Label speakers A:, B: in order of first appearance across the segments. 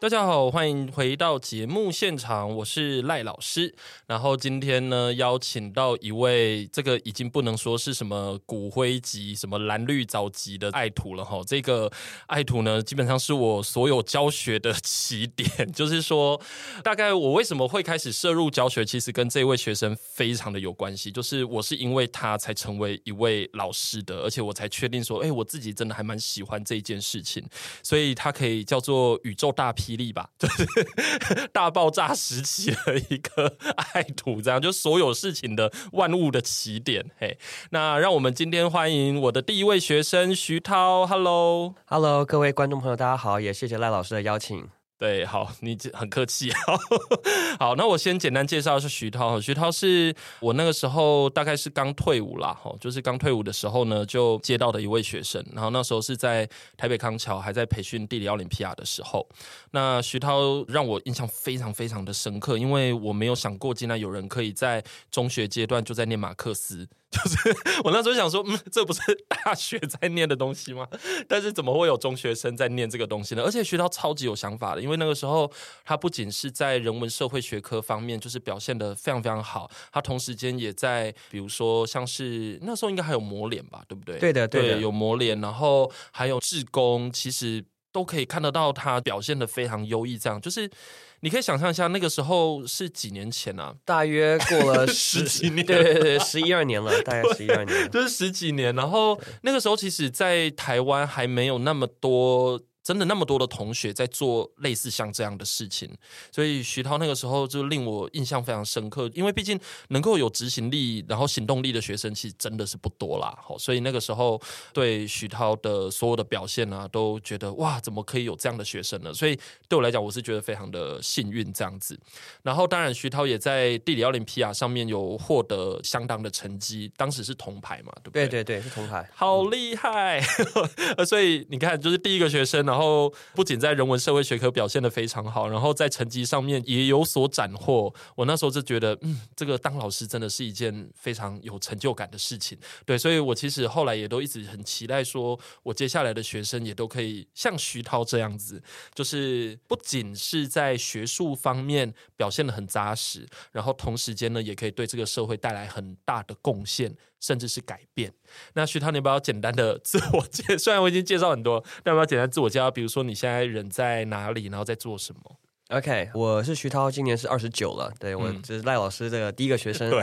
A: 大家好，欢迎回到节目现场，我是赖老师。然后今天呢，邀请到一位这个已经不能说是什么骨灰级、什么蓝绿藻级的爱徒了哈。这个爱徒呢，基本上是我所有教学的起点，就是说，大概我为什么会开始涉入教学，其实跟这位学生非常的有关系。就是我是因为他才成为一位老师的，而且我才确定说，哎，我自己真的还蛮喜欢这一件事情，所以它可以叫做宇宙大霹雳吧，就是 大爆炸时期的一个爱徒，这样就所有事情的万物的起点。嘿，那让我们今天欢迎我的第一位学生徐涛，Hello。
B: Hello，各位观众朋友，大家好，也谢谢赖老师的邀请。
A: 对，好， 你这很客气。好，好，那我先简单介绍一下徐涛。徐涛是我那个时候大概是刚退伍啦，哈，就是刚退伍的时候呢，就接到的一位学生。然后那时候是在台北康桥还在培训地理奥林匹亚的时候，那徐涛让我印象非常非常的深刻，因为我没有想过竟然有人可以在中学阶段就在念马克思。就是我那时候想说，嗯，这不是 大学在念的东西吗？但是怎么会有中学生在念这个东西呢？而且徐涛超级有想法的，因为那个时候他不仅是在人文社会学科方面就是表现的非常非常好，他同时间也在比如说像是那时候应该还有模联吧，对不对？
B: 对的对的
A: 有模联，然后还有志工，其实都可以看得到他表现的非常优异。这样就是你可以想象一下，那个时候是几年前啊？
B: 大约 过了
A: 十几年
B: 对对对，十一二年 了，大概十一二年了。
A: 就是十几年。然后那个时候，其实，在台湾还没有那么多。真的那么多的同学在做类似像这样的事情，所以徐涛那个时候就令我印象非常深刻，因为毕竟能够有执行力，然后行动力的学生其实真的是不多啦。好，所以那个时候对徐涛的所有的表现啊，都觉得哇，怎么可以有这样的学生呢？所以对我来讲，我是觉得非常的幸运这样子。然后当然，徐涛也在地理奥林匹亚上面有获得相当的成绩，当时是铜牌嘛，对不
B: 对对对，是铜牌。
A: 好厉害！ 呃所以你看，就是第一个学生，然后不仅在人文社会学科表现的非常好，然后在成绩上面也有所斩获。我那时候就觉得，嗯，这个当老师真的是一件非常有成就感的事情。对，所以我其实后来也都一直很期待，说我接下来的学生也都可以像徐涛这样子，就是不仅是在学术方面表现的很扎实，然后同时间呢，也可以对这个社会带来很大的贡献，甚至是改变。那徐涛，你要不要简单的 自我介？虽然我已经介绍很多，但要不要简单自我介绍？比如说你现在人在哪里，然后在做什么？
B: OK，我是徐涛，今年是二十九了。对我
A: 嗯
B: 就是赖老师的第一个学生。
A: 对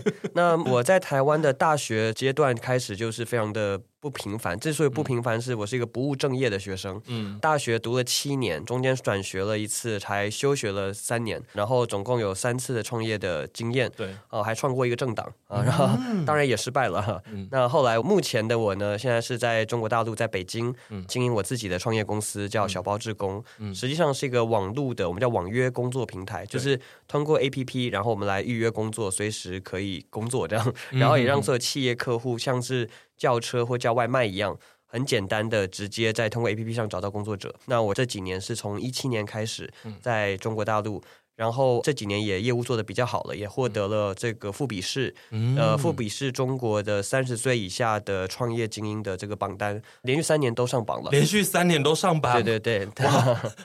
B: 对，那我在台湾的大学阶段开始就是非常的不平凡。之所以不平凡，是我是一个不务正业的学生。
A: 嗯
B: 大学读了七年，中间转学了一次，才休学了三年，然后总共有三次的创业的经验。
A: 对，
B: 哦，还创过一个政党啊，然后当然也失败了。
A: 嗯
B: 那后来目前的我呢，现在是在中国大陆，在北京、
A: 嗯
B: 经营我自己的创业公司，叫小包志工，
A: 嗯
B: 实际上是一个网络的，我们叫网约工作平台，就是通过 APP，然后我们来预约工作，随时可以工作这样，
A: 嗯
B: 然后也让所有企业客户像是叫车或叫外卖一样。很简单的，直接在通过 A P P 上找到工作者。那我这几年是从一七年开始
A: 嗯，
B: 在中国大陆，然后这几年也业务做得比较好了，也获得了这个富比士，
A: 嗯
B: 呃，富比士中国的三十岁以下的创业精英的这个榜单，连续三年都上榜了。
A: 连续三年都上班，
B: 对对对，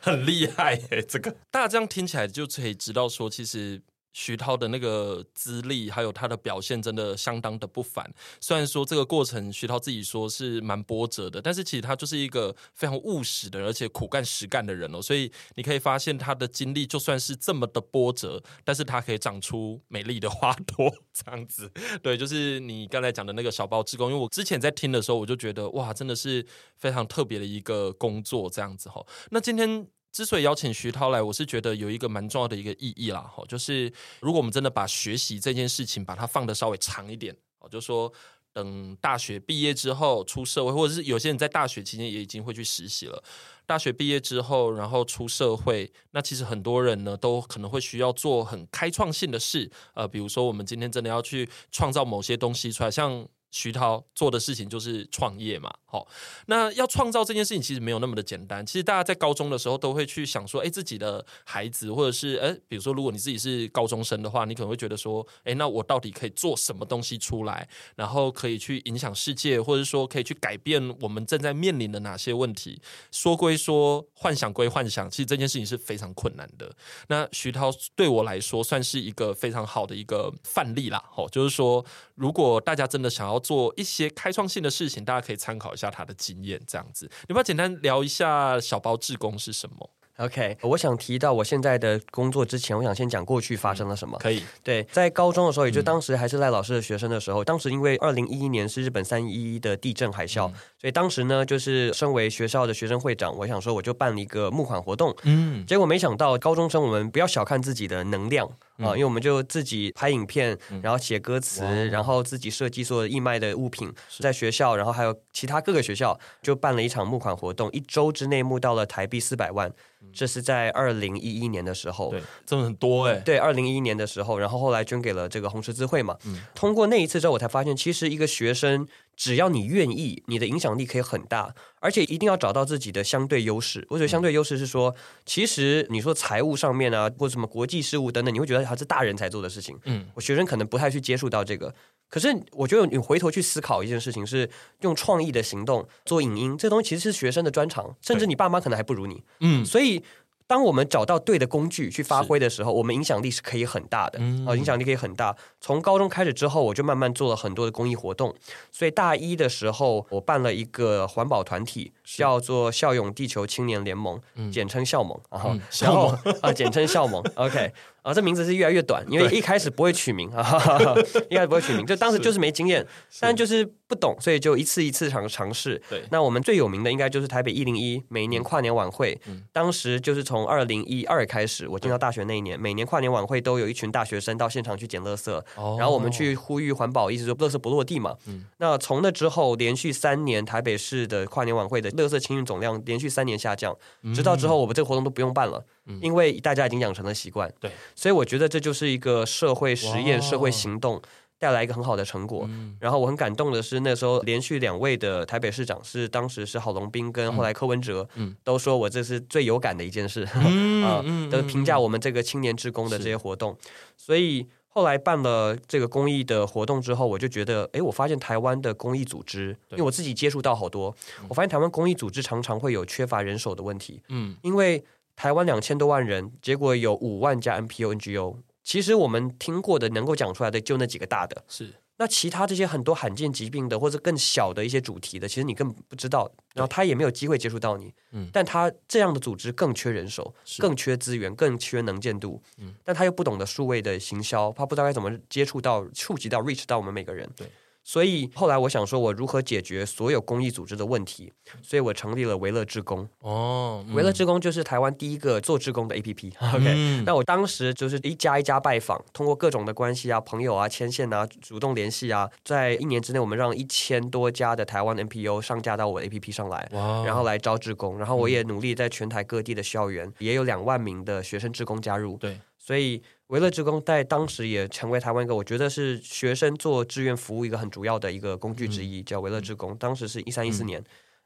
A: 很厉害耶！这个大家这样听起来就可以知道说，其实。徐涛的那个资历，还有他的表现，真的相当的不凡。虽然说这个过程，徐涛自己说是蛮波折的，但是其实他就是一个非常务实的人，而且苦干实干的人哦。所以你可以发现他的经历，就算是这么的波折，但是他可以长出美丽的花朵，这样子。对，就是你刚才讲的那个小包志工，因为我之前在听的时候，我就觉得哇，真的是非常特别的一个工作，这样子哦哈。那今天。之所以邀请徐涛来，我是觉得有一个蛮重要的一个意义啦，哈，就是如果我们真的把学习这件事情把它放的稍微长一点，哦，就说等大学毕业之后出社会，或者是有些人在大学期间也已经会去实习了，大学毕业之后，然后出社会，那其实很多人呢都可能会需要做很开创性的事，呃，比如说我们今天真的要去创造某些东西出来，像徐涛做的事情就是创业嘛，好，那要创造这件事情其实没有那么的简单。其实大家在高中的时候都会去想说，哎，自己的孩子或者是哎，比如说如果你自己是高中生的话，你可能会觉得说，哎，那我到底可以做什么东西出来，然后可以去影响世界，或者说可以去改变我们正在面临的哪些问题。说归说，幻想归幻想，其实这件事情是非常困难的。那徐涛对我来说算是一个非常好的一个范例啦。哦，就是说，如果大家真的想要做一些开创性的事情，大家可以参考一下他的经验，这样子。你要不要简单聊一下小包志工是什么？
B: OK，我想提到我现在的工作之前，我想先讲过去发生了什么。
A: 可以，
B: 对，在高中的时候，也
A: 嗯
B: 就当时还是赖老师的学生的时候，当时因为二零一一年是日本三一一的地震海
A: 嗯
B: 啸，所以当时呢，就是身为学校的学生会长，我想说我就办了一个募款活动。
A: 嗯，
B: 结果没想到，高中生我们不要小看自己的能量啊、因为我们就自己拍影片，然后写歌词，
A: 嗯哇哦
B: 然后自己设计所有义卖的物品，在学校，然后还有其他各个学校，就办了一场募款活动，一周之内募到了台币四百万，
A: 嗯
B: 这是在二零一一年的时候。
A: 对，真的很多哎、
B: 对，二零一一年的时候，然后后来捐给了这个红十字会嘛。通过那一次之后，我才发现，其实一个学生只要你愿意，你的影响力可以很大，而且一定要找到自己的相对优势。我觉得相对优势是说，其实你说财务上面啊，或什么国际事务等等，你会觉得它是大人才做的事情。
A: 嗯
B: 嗯，我学生可能不太去接触到这个。可是我觉得你回头去思考一件事情，是用创意的行动做影音，这东西其实是学生的专长，甚至
A: 对
B: 你爸妈可能还不如你。
A: 嗯，
B: 所以，当我们找到对的工具去发挥的时候，我们影响力是可以很大的，啊、
A: 嗯
B: 影响力可以很大。从高中开始之后，我就慢慢做了很多的公益活动。所以大一的时候，我办了一个环保团体，叫做“校勇地球青年联盟”，简称校盟。然后，
A: 嗯
B: 然后啊，简称校 盟。OK。啊，这名字是越来越短，因为一开始不会取名啊，哈 哈哈一开始不会取名，就当时就是没经验，但就是不懂，所以就一次一次尝尝试。
A: 对
B: 那我们最有名的应该就是台北一零一每年跨年晚会，当时就是从二零一二开始，我进到大学那一年，每年跨年晚会都有一群大学生到现场去捡垃圾，
A: 哦嗯
B: 然后我们去呼吁环保，意思说垃圾不落地嘛。那从那之后，连续三年台北市的跨年晚会的垃圾清运总量连续三年下降，
A: 嗯
B: 直到之后我们这个活动都不用办了，因为大家已经养成了习惯。
A: 对，
B: 所以我觉得这就是一个社会实
A: 哇嗯
B: 验、社会行动。带来一个很好的成果，然后我很感动的是，那时候连续两位的台北市长是当时是郝龙斌跟
A: 嗯
B: 后来柯文哲，都说我这是最有感的一件事，
A: 嗯
B: 啊、都评价我们这个青年职工的这些活动，所以后来办了这个公益的活动之后，我就觉得，诶，我发现台湾的公益组织，因为我自己接触到好多，我发现台湾公益组织常常会有缺乏人手的问题，
A: 嗯，
B: 因为台湾两千多万人，结果有五万家 NPO NGO。其实我们听过的、能够讲出来的就那几个大的，
A: 是
B: 那其他这些很多罕见疾病的或者更小的一些主题的，其实你根本不知道，然后他也没有机会接触到你。
A: 嗯
B: 但他这样的组织更缺人手，
A: 是
B: 更缺资源，更缺能见度。
A: 嗯
B: 但他又不懂得数位的行销，他不知道该怎么接触到、触及到、reach 到我们每个人。
A: 对。
B: 所以后来我想说，我如何解决所有公益组织的问题？所以我成立了维乐志工。
A: 哦，
B: 维乐志工就是台湾第一个做志工的 APP。OK，、
A: 嗯
B: 那我当时就是一家一家拜访，通过各种的关系啊、朋友啊、牵线啊、主动联系啊，在一年之内，我们让一千多家的台湾 NPO 上架到我的 APP 上来。
A: 哇，
B: 然后来招志工，然后
A: 嗯
B: 我也努力在全台各地的校园，也有两万名的学生志工加入，
A: 对，
B: 所以维乐志工在当时也成为台湾一个我觉得是学生做志愿服务一个很主要的一个工具之
A: 嗯
B: 一，叫维乐志工。当时是一三一四年、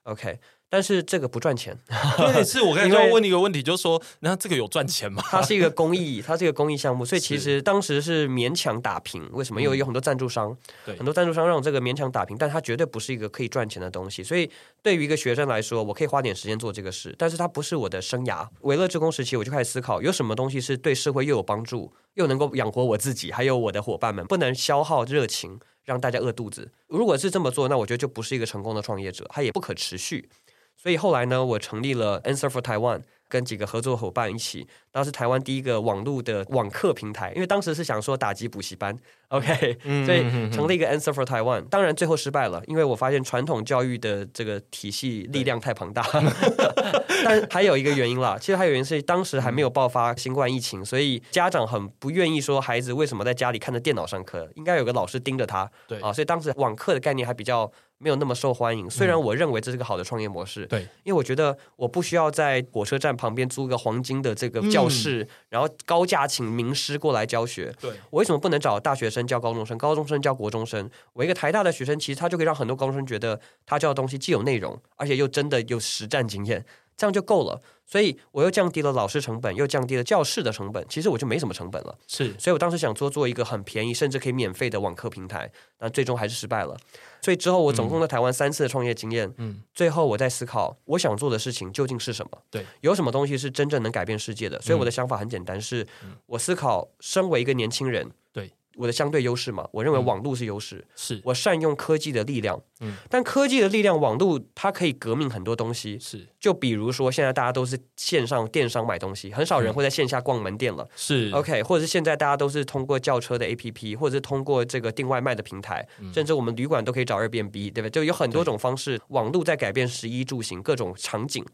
B: o k 但是这个不赚钱，
A: 哦对，是我刚才
B: 因
A: 就
B: 为
A: 要问你一个问题，就是说，那这个有赚钱吗？
B: 它是一个公 益，它是一个公益项目，所以其
A: 是嗯
B: 实当时是勉强打平。为什么？因为有很多赞助商，
A: 对
B: 很多赞助商让这个勉强打平，但它绝对不是一个可以赚钱的东西。所以对于一个学生来说，我可以花点时间做这个事，但是它不是我的生涯。维乐志工时期，我就开始思考，有什么东西是对社会又有帮助，又能够养活我自己，还有我的伙伴们，不能消耗热情。让大家饿肚子。如果是这么做，那我觉得就不是一个成功的创业者，它也不可持续。所以后来呢，我成立了 Answer for Taiwan，跟几个合作伙伴一起，当时台湾第一个网络的网课平台，因为当时是想说打击补习班，OK，、所以成立一个 Answer for Taiwan。当然最后失败了，因为我发现传统教育的这个体系力量太庞大。 但还有一个原因啦，其实还有原因是当时还没有爆发新冠疫情，所以家长很不愿意说孩子为什么在家里看着电脑上课，应该有个老师盯着他。
A: 对
B: 啊，所以当时网课的概念还比较没有那么受欢迎。虽然我认为这是个好的创业模式，
A: 嗯对，
B: 因为我觉得我不需要在火车站旁边租个黄
A: 嗯
B: 金的这个教室，然后高价请名师过来教学。
A: 对，
B: 我为什么不能找大学生生教高中生，高中生教国中生。我一个台大的学生，其实他就可以让很多高中生觉得他教的东西既有内容，而且又真的有实战经验，这样就够了。所以我又降低了老师成本，又降低了教室的成本，其实我就没什么成本了。
A: 是
B: 所以我当时想说做一个很便宜，甚至可以免费的网课平台，但最终还是失败了。所以之后我总共在台湾三次的创业经验，
A: 嗯
B: 嗯，最后我在思考我想做的事情究竟是什么？
A: 对，
B: 有什么东西是真正能改变世界的？所以我的想法很简单，是我思考身为一个年轻人，
A: 对
B: 我的相对优势嘛，我认为网络是优势，
A: 是
B: 我善用科技的力量，
A: 嗯
B: 嗯，但科技的力量，网络它可以革命很多东西，
A: 是
B: 就比如说现在大家都是线上电商买东西，很少人会在线下逛门店了。
A: 是
B: OK，或者是现在大家都是通过轿车的 APP，或者是通过这个订外卖的平台，
A: 嗯
B: 甚至我们旅馆都可以找 Airbnb，对吧？就有很多种方式，网络在改变食衣住行各种场景。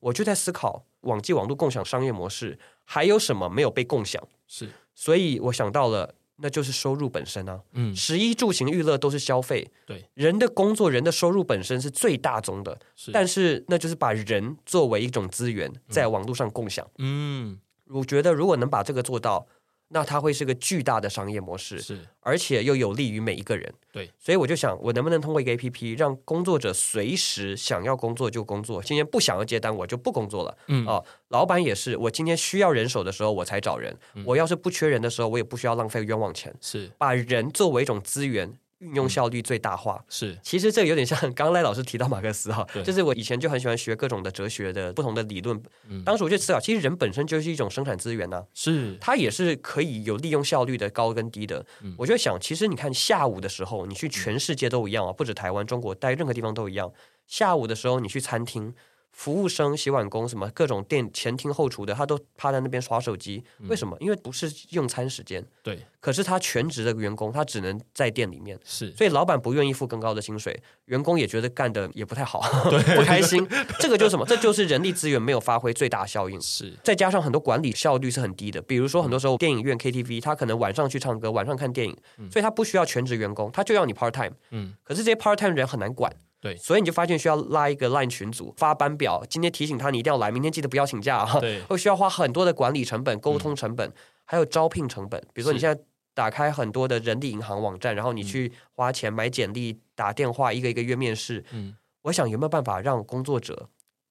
B: 我就在思考，网际网络共享商业模式还有什么没有被共享？
A: 是
B: 所以我想到了，那就是收入本身啊。
A: 嗯
B: 食衣住行娱乐都是消费，
A: 对
B: 人的工作、人的收入本身是最大宗的，
A: 是，
B: 但是那就是把人作为一种资源，在网络上共享。
A: 嗯
B: 我觉得如果能把这个做到，那它会是个巨大的商业模式，
A: 是
B: 而且又有利于每一个人。
A: 对，
B: 所以我就想，我能不能通过一个 APP 让工作者随时想要工作就工作，今天不想要接单我就不工作了。
A: 嗯
B: 哦，老板也是，我今天需要人手的时候我才找人，
A: 嗯
B: 我要是不缺人的时候，我也不需要浪费冤枉钱，
A: 是
B: 把人作为一种资源，运
A: 嗯
B: 用效率最大化。
A: 是
B: 其实这个有点像 刚刚赖老师提到马克思哈
A: 对，
B: 就是我以前就很喜欢学各种的哲学的不同的理论。
A: 嗯
B: 当时我就思考，其实人本身就是一种生产资源呐、啊
A: 是
B: 它也是可以有利用效率的高跟低的。
A: 嗯
B: 我就想，其实你看下午的时候，你去全世界都一样啊，不止台湾、中国，在任何地方都一样。下午的时候，你去餐厅，服务生、洗碗工什么各种店前厅后厨的，他都趴在那边刷手机，为什么？因为不是用餐时间。
A: 嗯对
B: 可是他全职的员工，他只能在店里面。
A: 是
B: 所以老板不愿意付更高的薪水，员工也觉得干的也不太好， 不开心。这个就是什么？这就是人力资源没有发挥最大效应。
A: 是
B: 再加上很多管理效率是很低的，比如说很多时候电影院 KTV，他可能晚上去唱歌，晚上看电影，所以他不需要全职员工，他就要你 part time。
A: 嗯，
B: 可是这些 part time 人很难管，
A: 对
B: 所以你就发现需要拉一个 line 群组，发班表，今天提醒他你一定要来，明天记得不要请假啊。
A: 对
B: 会需要花很多的管理成本、沟通成本，还有招聘成本。比如说，
A: 是嗯
B: 你现在打开很多的人力银行网站，然后你去花钱买简历、打电话，一个一个约面试。
A: 嗯
B: 我想有没有办法让工作者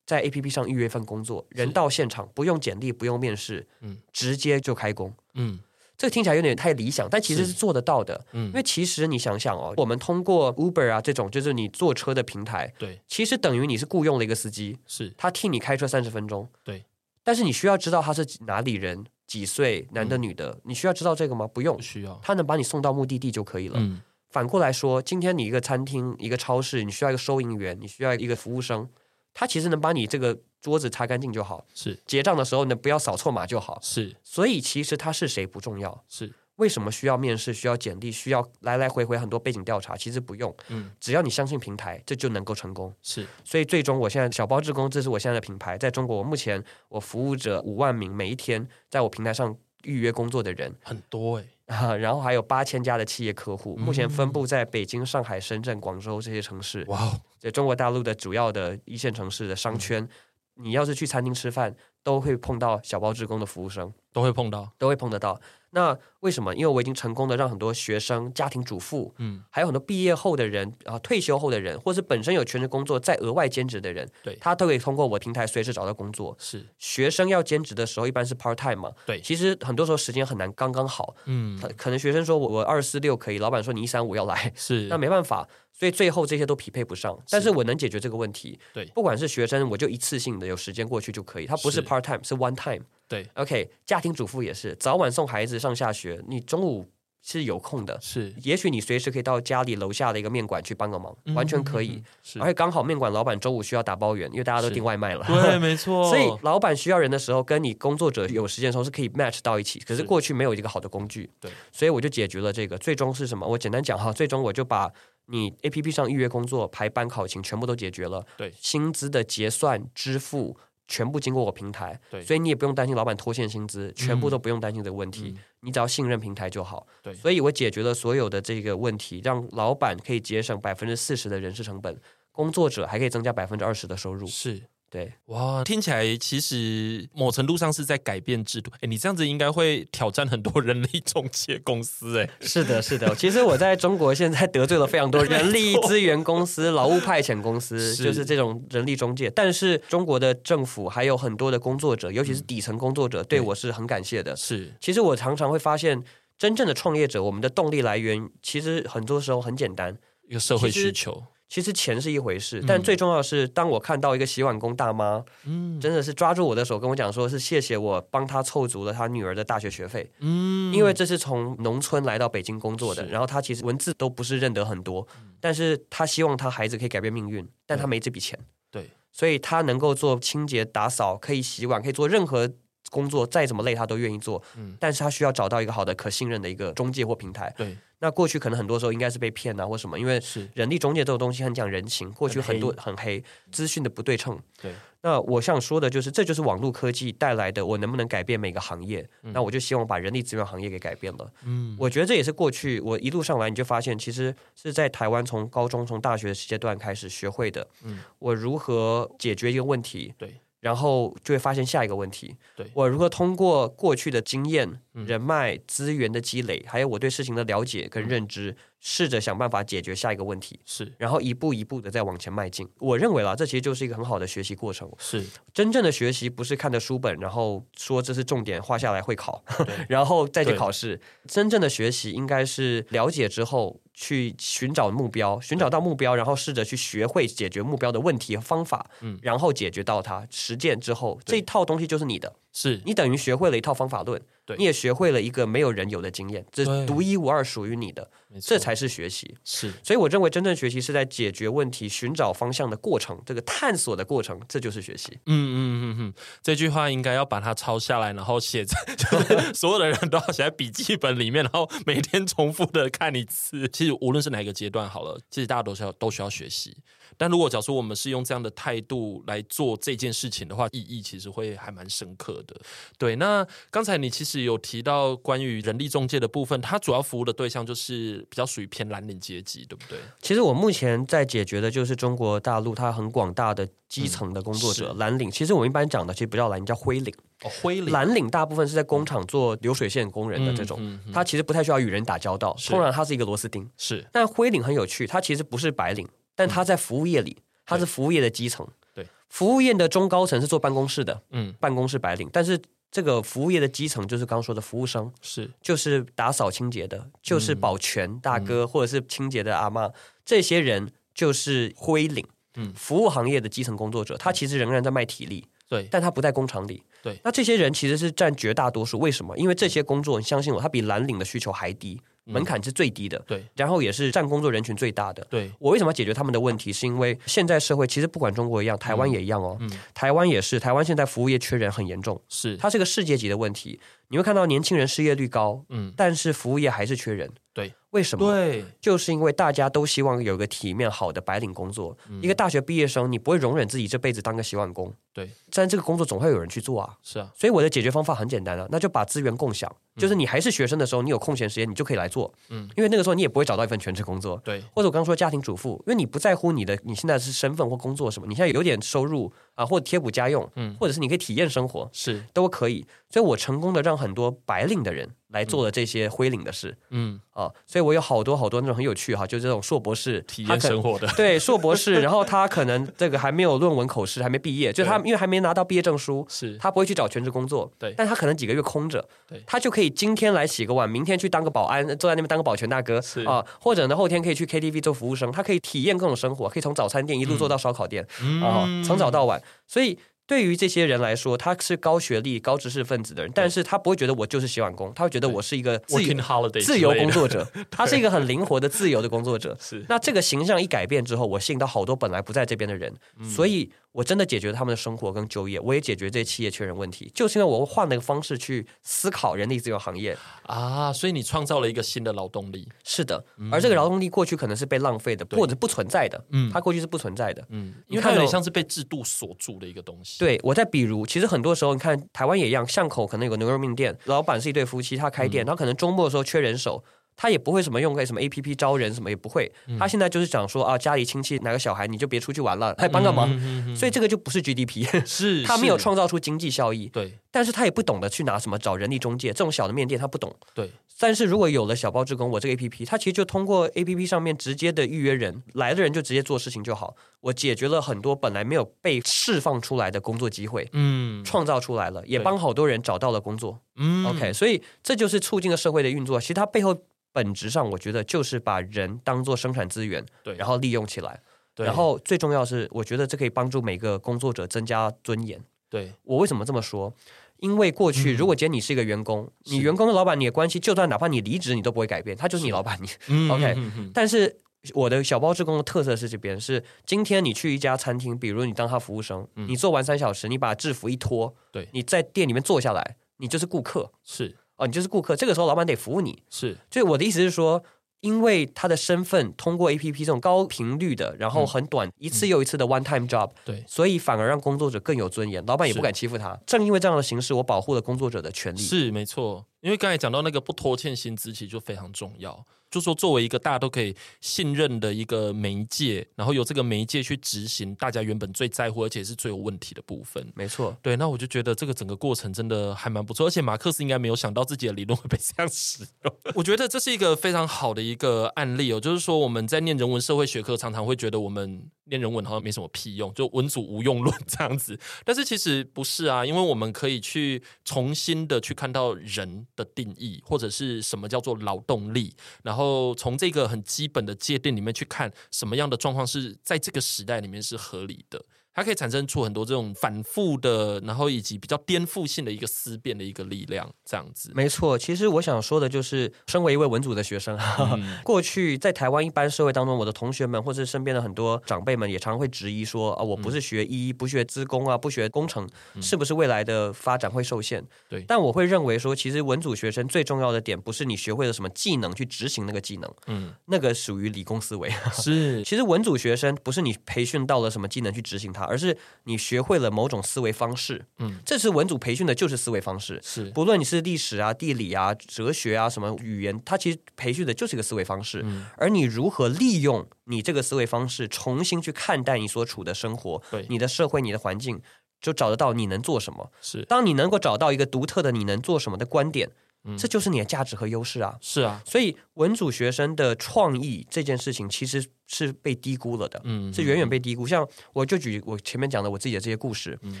B: 在 APP 上预约一份工作，人
A: 是
B: 到现场不用简历、不用面试，
A: 嗯
B: 直接就开工？
A: 嗯
B: 这听起来有点太理想，但其实
A: 是
B: 是做得到的。因
A: 嗯
B: 为其实你想想哦，我们通过 Uber 啊这种就是你坐车的平台，
A: 对
B: 其实等于你是雇佣了一个司机，
A: 是
B: 他替你开车三十分钟。
A: 对，
B: 但是你需要知道他是哪里人、几岁、男
A: 嗯
B: 的、女的，你需要知道这个吗？不用
A: 不，需要
B: 他能把你送到目的地就可以了。
A: 嗯
B: 反过来说，今天你一个餐厅、一个超市，你需要一个收银员，你需要一个服务生，他其实能把你这个桌子擦干净就好，
A: 是
B: 结账的时候呢不要扫错码就好。
A: 是
B: 所以其实他是谁不重要，
A: 是
B: 为什么需要面试、需要简历、需要来来回回很多背景调查？其实不用，
A: 嗯
B: 只要你相信平台，这就能够成功。
A: 是
B: 所以最终，我现在小包志工，这是我现在的品牌，在中国，我目前我服务者五万名，每一天在我平台上预约工作的人，
A: 很多哎
B: 啊、然后还有八千家的企业客户，
A: 嗯
B: 目前分布在北京、上海、深圳、广州这些城市，
A: 哇哦
B: 在中国大陆的主要的一线城市的商圈。你要是去餐厅吃饭，都会碰到小包志工的服务生，
A: 都会碰到
B: 都会碰得到。那为什么？因为我已经成功的让很多学生、家庭主妇，
A: 嗯
B: 还有很多毕业后的人啊，退休后的人，或是本身有全职工作再额外兼职的人，
A: 对
B: 他都可以通过我平台随时找到工作。
A: 是
B: 学生要兼职的时候，一般是 part time 嘛，
A: 对
B: 其实很多时候时间很难刚刚好，
A: 嗯
B: 他可能学生说我我二四六可以，老板说你一三五要来，
A: 是
B: 那没办法，所以最后这些都匹配不上。但是我能解决这个问题，
A: 对
B: 不管是学生，我就一次性的有时间过去就可以，他不是
A: 是
B: part time，是 one time。
A: 对
B: ，OK，家庭主妇也是，早晚送孩子上下学，你中午是有空的，
A: 是
B: 也许你随时可以到家里楼下的一个面馆去帮个忙，完全可以。
A: 嗯嗯嗯是
B: 而且刚好面馆老板周五需要打包员，因为大家都
A: 是
B: 订外卖了。
A: 对没错
B: 所以老板需要人的时候，跟你工作者有时间的时候是可以 match 到一起。可是
A: 是
B: 过去没有一个好的工具，
A: 对，
B: 所以我就解决了这个。最终是什么？我简单讲哈，最终我就把你 A P P 上预约工作、排班、考勤全部都解决了，
A: 对
B: 薪资的结算、支付。全部经过我平台，
A: 对
B: 所以你也不用担心老板拖欠薪资，全部都不用担心这个问题，
A: 嗯
B: 你只要信任平台就好。
A: 对
B: 所以我解决了所有的这个问题，让老板可以节省百分之四十的人事成本，工作者还可以增加百分之二十的收入。
A: 是
B: 对，
A: 哇，听起来其实某程度上是在改变制度。哎，你这样子应该会挑战很多人力中介公司。哎，
B: 是的，是的。其实我在中国现在得罪了非常多人力资源公司、劳务派遣公司，
A: 是
B: 就是这种人力中介。但是中国的政府还有很多的工作者，尤其是底层工作者，对我是很感谢的。
A: 是
B: 其实我常常会发现，真正的创业者，我们的动力来源其实很多时候很简单。
A: 一个社会
B: 其
A: 需
B: 实
A: 求。
B: 其实钱是一回事
A: 嗯，
B: 但最重要的是，当我看到一个洗碗工大妈，
A: 嗯
B: 真的是抓住我的手跟我讲，说是谢谢我帮她凑足了她女儿的大学学费。
A: 嗯
B: 因为这是从农村来到北京工作的，
A: 是嗯
B: 然后他其实文字都不是认得很多，但是他希望他孩子可以改变命运，但他没这笔钱，
A: 对，
B: 所以他能够做清洁、打扫，可以洗碗，可以做任何工作，再怎么累他都愿意做，
A: 嗯
B: 但是他需要找到一个好的、可信任的一个中介或平台。
A: 对
B: 那过去可能很多时候应该是被骗啊或什么，因为
A: 是
B: 人力中介这种东西很讲人情，过去
A: 很
B: 很
A: 黑
B: 多很黑，资讯的不对称。
A: 对，
B: 那我想说的就是，这就是网络科技带来的，我能不能改变每个行业？那我就希望把人力资源行业给改变了。
A: 嗯
B: 我觉得这也是过去我一路上来你就发现，其实是在台湾从高中从大学阶段开始学会的。
A: 嗯
B: 我如何解决一个问题？
A: 对。
B: 然后就会发现下一个问题。
A: 对
B: 我如何通过过去的经验、
A: 嗯
B: 人脉、资源的积累，还有我对事情的了解跟认知，试着想办法解决下一个问题，
A: 是
B: 然后一步一步的再往前迈进。我认为啦，这其实就是一个很好的学习过程。
A: 是
B: 真正的学习不是看着书本，然后说这是重点，画下来会考
A: 对，
B: 然后再去
A: 对
B: 考试。真正的学习应该是了解之后去寻找目标，寻找到目标，然后试着去学会解决目标的问题和方法，
A: 嗯
B: 然后解决到它。实践之后，
A: 对
B: 这一套东西就是你的，
A: 是
B: 你等于学会了一套方法论
A: 对，
B: 你也学会了一个没有人有的经验，这
A: 对
B: 是独一无二属于你的，
A: 没错
B: 这才是学习。
A: 是
B: 所以我认为，真正学习是在解决问题、寻找方向的过程，这个探索的过程，这就是学习。
A: 嗯嗯嗯嗯，这句话应该要把它抄下来，然后写在， 就是所有的人都要写在笔记本里面，然后每天重复的看一次。其实无论是哪一个阶段好了，其实大家都需要都需要学习。但如果假如说我们是用这样的态度来做这件事情的话，意义其实会还蛮深刻的。对，那刚才你其实有提到关于人力中介的部分，它主要服务的对象就是比较属于偏蓝领阶级，对不对？
B: 其实我目前在解决的就是中国大陆它很广大的基层的工作者、
A: 嗯
B: 蓝领。其实我们一般讲的其实不叫蓝领，叫灰领。
A: 哦，灰领嗯
B: 蓝领大部分是在工厂做流水线工人的这种，
A: 嗯嗯嗯
B: 他其实不太需要与人打交道，
A: 是
B: 通常他是一个螺丝钉。
A: 是
B: 但灰领很有趣，他其实不是白领，但他在服务业里，他是服务业的基层。
A: 嗯对，
B: 服务业的中高层是做办公室的，
A: 嗯
B: 办公室白领，但是。这个服务业的基层就是刚刚说的服务生，
A: 是
B: 就是打扫清洁的，就是
A: 嗯
B: 保全大哥、或者是清洁的阿妈，这些人就是灰领，
A: 嗯
B: 服务行业的基层工作者，他其实仍然在卖体力，
A: 对
B: 但他不在工厂里。
A: 对
B: 那这些人其实是占绝大多数。为什么？因为这些工作，你相信我，它比蓝领的需求还低，
A: 嗯
B: 门槛是最低的，
A: 对
B: 然后也是占工作人群最大的。
A: 对
B: 我为什么要解决他们的问题？是因为现在社会其实不管中国一样，台湾也一样哦，
A: 嗯
B: 台湾也是，台湾现在服务业缺人很严重。
A: 是
B: 它是个世界级的问题。你会看到年轻人失业率高，
A: 嗯
B: 但是服务业还是缺人。
A: 对，
B: 为什么？
A: 对
B: 就是因为大家都希望有一个体面好的白领工作。一个大学毕业生，你不会容忍自己这辈子当个洗碗工。
A: 对，
B: 但这个工作总会有人去做啊。
A: 是啊，
B: 所以我的解决方法很简单啊，那就把资源共享。就是你还是学生的时候，你有空闲时间，你就可以来做。
A: 嗯
B: 嗯，因为那个时候你也不会找到一份全职工作。
A: 对
B: 或者我刚说家庭主妇，因为你不在乎你的你现在是身份或工作什么，你现在有点收入啊，或者贴补家用，
A: 嗯
B: 嗯，或者是你可以体验生活，
A: 是，
B: 都可以。所以我成功的让很多白领的人来做了这些灰领的事
A: 嗯，
B: 啊，所以我有好多好多那种很有趣哈，就是这种硕博士
A: 体验生
B: 活。
A: 活的，
B: 对，硕博士，然后他可能这个还没有论文口试，还没毕业，就他因为还没拿到毕业证书，
A: 是
B: 他不会去找全职工作，
A: 对
B: 但他可能几个月空着
A: 对，
B: 他就可以今天来洗个碗，明天去当个保安，坐在那边当个保全大哥
A: 是
B: 啊、或者呢后天可以去 KTV 做服务生，他可以体验各种生活，可以从早餐店一路做
A: 嗯
B: 到烧烤店啊、从早到晚，所以。对于这些人来说，他是高学历、高知识分子的人，但是他不会觉得我就是洗碗工，他会觉得我是一个自 由
A: working holiday
B: 自由
A: 之类
B: 工
A: 的，
B: 作者，他是一个很灵活的自由的工作者。
A: 是
B: 那这个形象一改变之后，我吸引到好多本来不在这边的人，
A: 嗯
B: 所以我真的解决了他们的生活跟就业，我也解决这些企业缺人问题，就是因为我换了一个方式去思考人力资源行业。
A: 啊，所以你创造了一个新的劳动力，
B: 是的，而这个劳动力过去可能是被浪费的，或者不存在的，
A: 嗯
B: 它过去是不存在的。
A: 嗯，因
B: 你
A: 为它
B: 看
A: 有点
B: 到
A: 像是被制度锁住的一个东西，，
B: 对，我再比如，其实很多时候，你看
A: 嗯
B: 台湾也一样，巷口可能有个牛肉面店，老板是一对夫妻，他开店，他可能周末的时候缺人手，他也不会什么用个什么 A P P 招人什么也不会，
A: 嗯
B: 他现在就是讲说啊，家里亲戚哪个小孩你就别出去玩了，还帮个忙，
A: 嗯嗯嗯嗯
B: 所以这个就不是 G D P，
A: 是
B: 他没有
A: 是
B: 创造出经济效益，
A: 对
B: 但是他也不懂得去拿什么找人力中介这种小的面店，他不懂。
A: 对
B: 但是如果有了小包志工，我这个 A P P，它其实就通过 A P P 上面直接的预约人来的人就直接做事情就好，我解决了很多本来没有被释放出来的工作机会，
A: 嗯
B: 创造出来了，也
A: 对
B: 帮好多人找到了工作。
A: 嗯
B: OK，所以这就是促进了社会的运作。其实它背后本质上，我觉得就是把人当做生产资源，
A: 对
B: 然后利用起来。
A: 对
B: 然后最重要是，我觉得这可以帮助每个工作者增加尊严。
A: 对
B: 我为什么这么说？因为过去，
A: 嗯
B: 如果今天你是一个员工，你
A: 是
B: 员工跟老板你的关系，就算哪怕你离职，你都不会改变，他就是你
A: 是
B: 老板。你，
A: 嗯
B: OK
A: 嗯嗯嗯
B: 但是我的小包志工的特色是这边是，今天你去一家餐厅，比如你当他服务生，
A: 嗯
B: 你做完三小时，你把制服一脱，
A: 对
B: 你在店里面坐下来，你就是顾客
A: 是
B: 哦，你就是顾客。这个时候老板得服务你，
A: 是
B: 所以我的意思是说，因为他的身份通过 A P P 这种高频率的，然后很短、一次又一次的 one time job，
A: 嗯对
B: 所以反而让工作者更有尊严，老板也
A: 是
B: 不敢欺负他。正因为这样的形式，我保护了工作者的权利。
A: 是没错，因为刚才讲到那个不拖欠薪资，其实就非常重要。就说作为一个大家都可以信任的一个媒介，然后由这个媒介去执行大家原本最在乎而且是最有问题的部分。
B: 没错，
A: 对，那我就觉得这个整个过程真的还蛮不错，而且马克思应该没有想到自己的理论会被这样使用。我觉得这是一个非常好的一个案例哦，就是说我们在念人文社会学科，常常会觉得我们念人文好像没什么屁用，就文组无用论这样子。但是其实不是啊，因为我们可以去重新的去看到人的定义，或者是什么叫做劳动力，然后从这个很基本的界定里面去看，什么样的状况是在这个时代里面是合理的。它可以产生出很多这种反复的，然后以及比较颠覆性的一个思辨的一个力量，这样子。
B: 没错。其实我想说的就是，身为一位文组的学生，哈 哈
A: 嗯
B: 过去在台湾一般社会当中，我的同学们或是身边的很多长辈们也常会质疑说啊，我
A: 嗯
B: 不是学医，不学资工啊，不学工程，是不是未来的发展会受限？
A: 对
B: 但我会认为说，其实文组学生最重要的点不是你学会了什么技能去执行那个技能，
A: 嗯，
B: 那个属于理工思维。
A: 是
B: 其实文组学生不是你培训到了什么技能去执行它，而是你学会了某种思维方式。
A: 嗯，
B: 这次文组培训的就是思维方式。
A: 是，
B: 不论你是历史啊、地理啊、哲学啊、什么语言，它其实培训的就是一个思维方式。
A: 嗯
B: 而你如何利用你这个思维方式，重新去看待你所处的生活、
A: 对，
B: 你的社会、你的环境，就找得到你能做什么。
A: 是
B: 当你能够找到一个独特的你能做什么的观点，
A: 嗯
B: 这就是你的价值和优势啊。
A: 是啊，
B: 所以文组学生的创意这件事情其实是被低估了的。
A: 嗯，
B: 是远远被低估。像我就举我前面讲的我自己的这些故事，
A: 嗯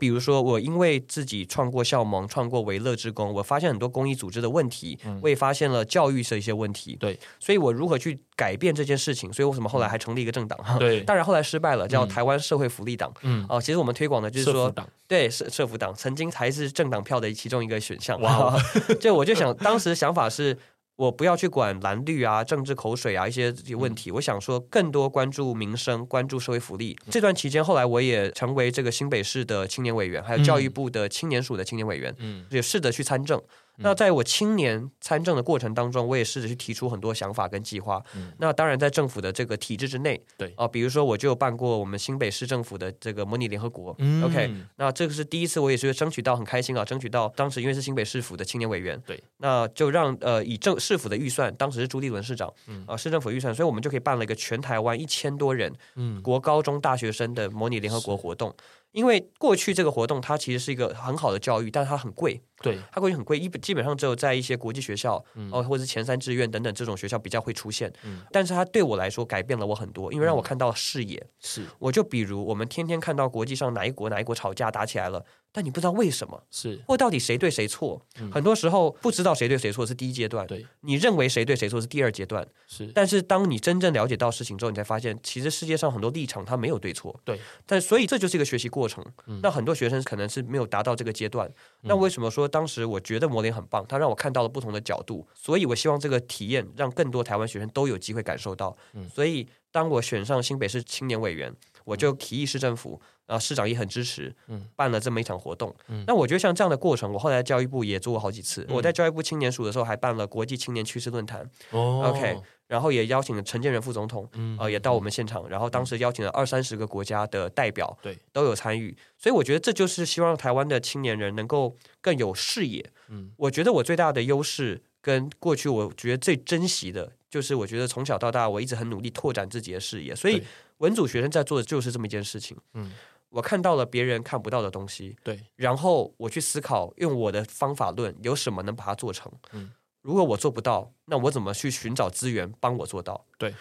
B: 比如说我因为自己创过校盟、创过维乐之工，我发现很多公益组织的问题，我也发现了教育的一些问题。
A: 嗯对，嗯
B: 所以我如何去改变这件事情？所以为什么后来还成立一个政党？
A: 对
B: 当然后来失败了，叫
A: 嗯
B: 台湾社会福利党。
A: 嗯，
B: 哦，其实我们推广的就是
A: 社
B: 说
A: 福，党
B: 对社社福党曾经才是政党票的其中一个选项。
A: 哇哦
B: 就我就想，当时想法是。我不要去管蓝绿啊、政治口水啊一些这些问题，
A: 嗯
B: 我想说更多关注民生、关注社会福利。这段期间，后来我也成为这个新北市的青年委员，还有教育部的青年署的青年委员，
A: 嗯
B: 也试着去参政。那在我青年参政的过程当中，我也试着去提出很多想法跟计划。
A: 嗯
B: 那当然，在政府的这个体制之内，
A: 对
B: 啊、比如说我就有办过我们新北市政府的这个模拟联合国，
A: 嗯
B: OK，那这个是第一次，我也是争取到很开心啊，争取到当时因为是新北市府的青年委员，
A: 对，
B: 那就让呃以政市府的预算，当时是朱立伦市长，
A: 嗯
B: 啊、市政府预算，所以我们就可以办了一个全台湾一千多人
A: 嗯
B: 国高中大学生的模拟联合国活动。因为过去这个活动它其实是一个很好的教育，但它很贵，
A: 对，
B: 它过去很贵，一基本上只有在一些国际学校，
A: 嗯
B: 哦，或者是前三志愿等等这种学校比较会出现。
A: 嗯
B: 但是它对我来说改变了我很多，因为让我看到视野，
A: 是
B: 我就比如我们天天看到国际上哪一国哪一国吵架打起来了，但你不知道为什么，
A: 是
B: 或到底谁对谁错。
A: 嗯
B: 很多时候不知道谁对谁错是第一阶段，
A: 对
B: 你认为谁对谁错是第二阶段。
A: 是，
B: 但是当你真正了解到事情之后，你才发现其实世界上很多立场它没有对错。
A: 对，
B: 但所以这就是一个学习过程。
A: 嗯
B: 那很多学生可能是没有达到这个阶段。那为什么说当时我觉得磨联很棒？它让我看到了不同的角度，所以我希望这个体验让更多台湾学生都有机会感受到。
A: 嗯
B: 所以当我选上新北市青年委员，我就提议市政府。啊，市长也很支持，
A: 嗯
B: 办了这么一场活动。
A: 嗯
B: 那我觉得像这样的过程，我后来在教育部也做过好几次。
A: 嗯
B: 我在教育部青年署的时候，还办了国际青年趋势论坛，
A: 哦
B: OK，然后也邀请了陈建仁副总统，
A: 嗯
B: 呃，也到我们现场，然后当时邀请了二三十个国家的代表，
A: 对，
B: 都有参与，所以我觉得这就是希望台湾的青年人能够更有视野。
A: 嗯
B: 我觉得我最大的优势跟过去我觉得最珍惜的，就是我觉得从小到大我一直很努力拓展自己的视野，所以
A: 对
B: 文组学生在做的就是这么一件事情。
A: 嗯，
B: 我看到了别人看不到的东西，
A: 对，
B: 然后我去思考，用我的方法论，有什么能把它做成？
A: 嗯
B: 如果我做不到，那我怎么去寻找资源帮我做到？
A: 对，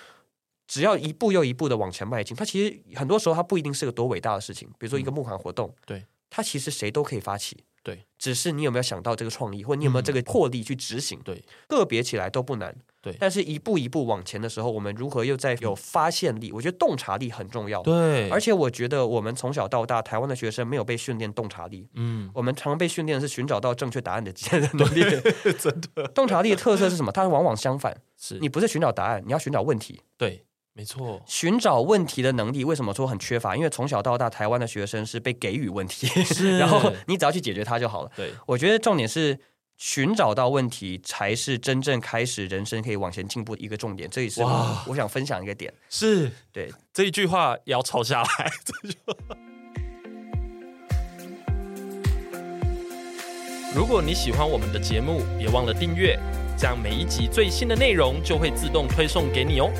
B: 只要一步又一步的往前迈进，它其实很多时候它不一定是个多伟大的事情，比如说一个募款活动，
A: 嗯对，
B: 它其实谁都可以发起。
A: 对，
B: 只是你有没有想到这个创意，或你有没有
A: 嗯
B: 这个魄力去执行？
A: 对，
B: 个别起来都不难。
A: 对
B: 但是一步一步往前的时候，我们如何又在有发现力？我觉得洞察力很重要。
A: 对，
B: 而
A: 且，
B: 且我觉得我们从小到大，台湾的学生没有被训练洞察力。
A: 嗯，
B: 我们常被训练的是寻找到正确答案的能 力。
A: 真的
B: 洞察力的特色是什么？它往往相反，
A: 是
B: 你不是寻找答案，你要寻找问题。
A: 对，没错，
B: 寻找问题的能力为什么说很缺乏？因为从小到大，台湾的学生是被给予问题，
A: 是
B: 然后你只要去解决它就好了。
A: 对，
B: 我觉得重点是寻找到问题，才是真正开始人生可以往前进步的一个重点。这也是
A: 哇
B: 我我想分享一个点。
A: 是
B: 对，
A: 这一句话也要抄下来。 如果你喜欢我们的节目，别忘了订阅，这样每一集最新的内容就会自动推送给你哦。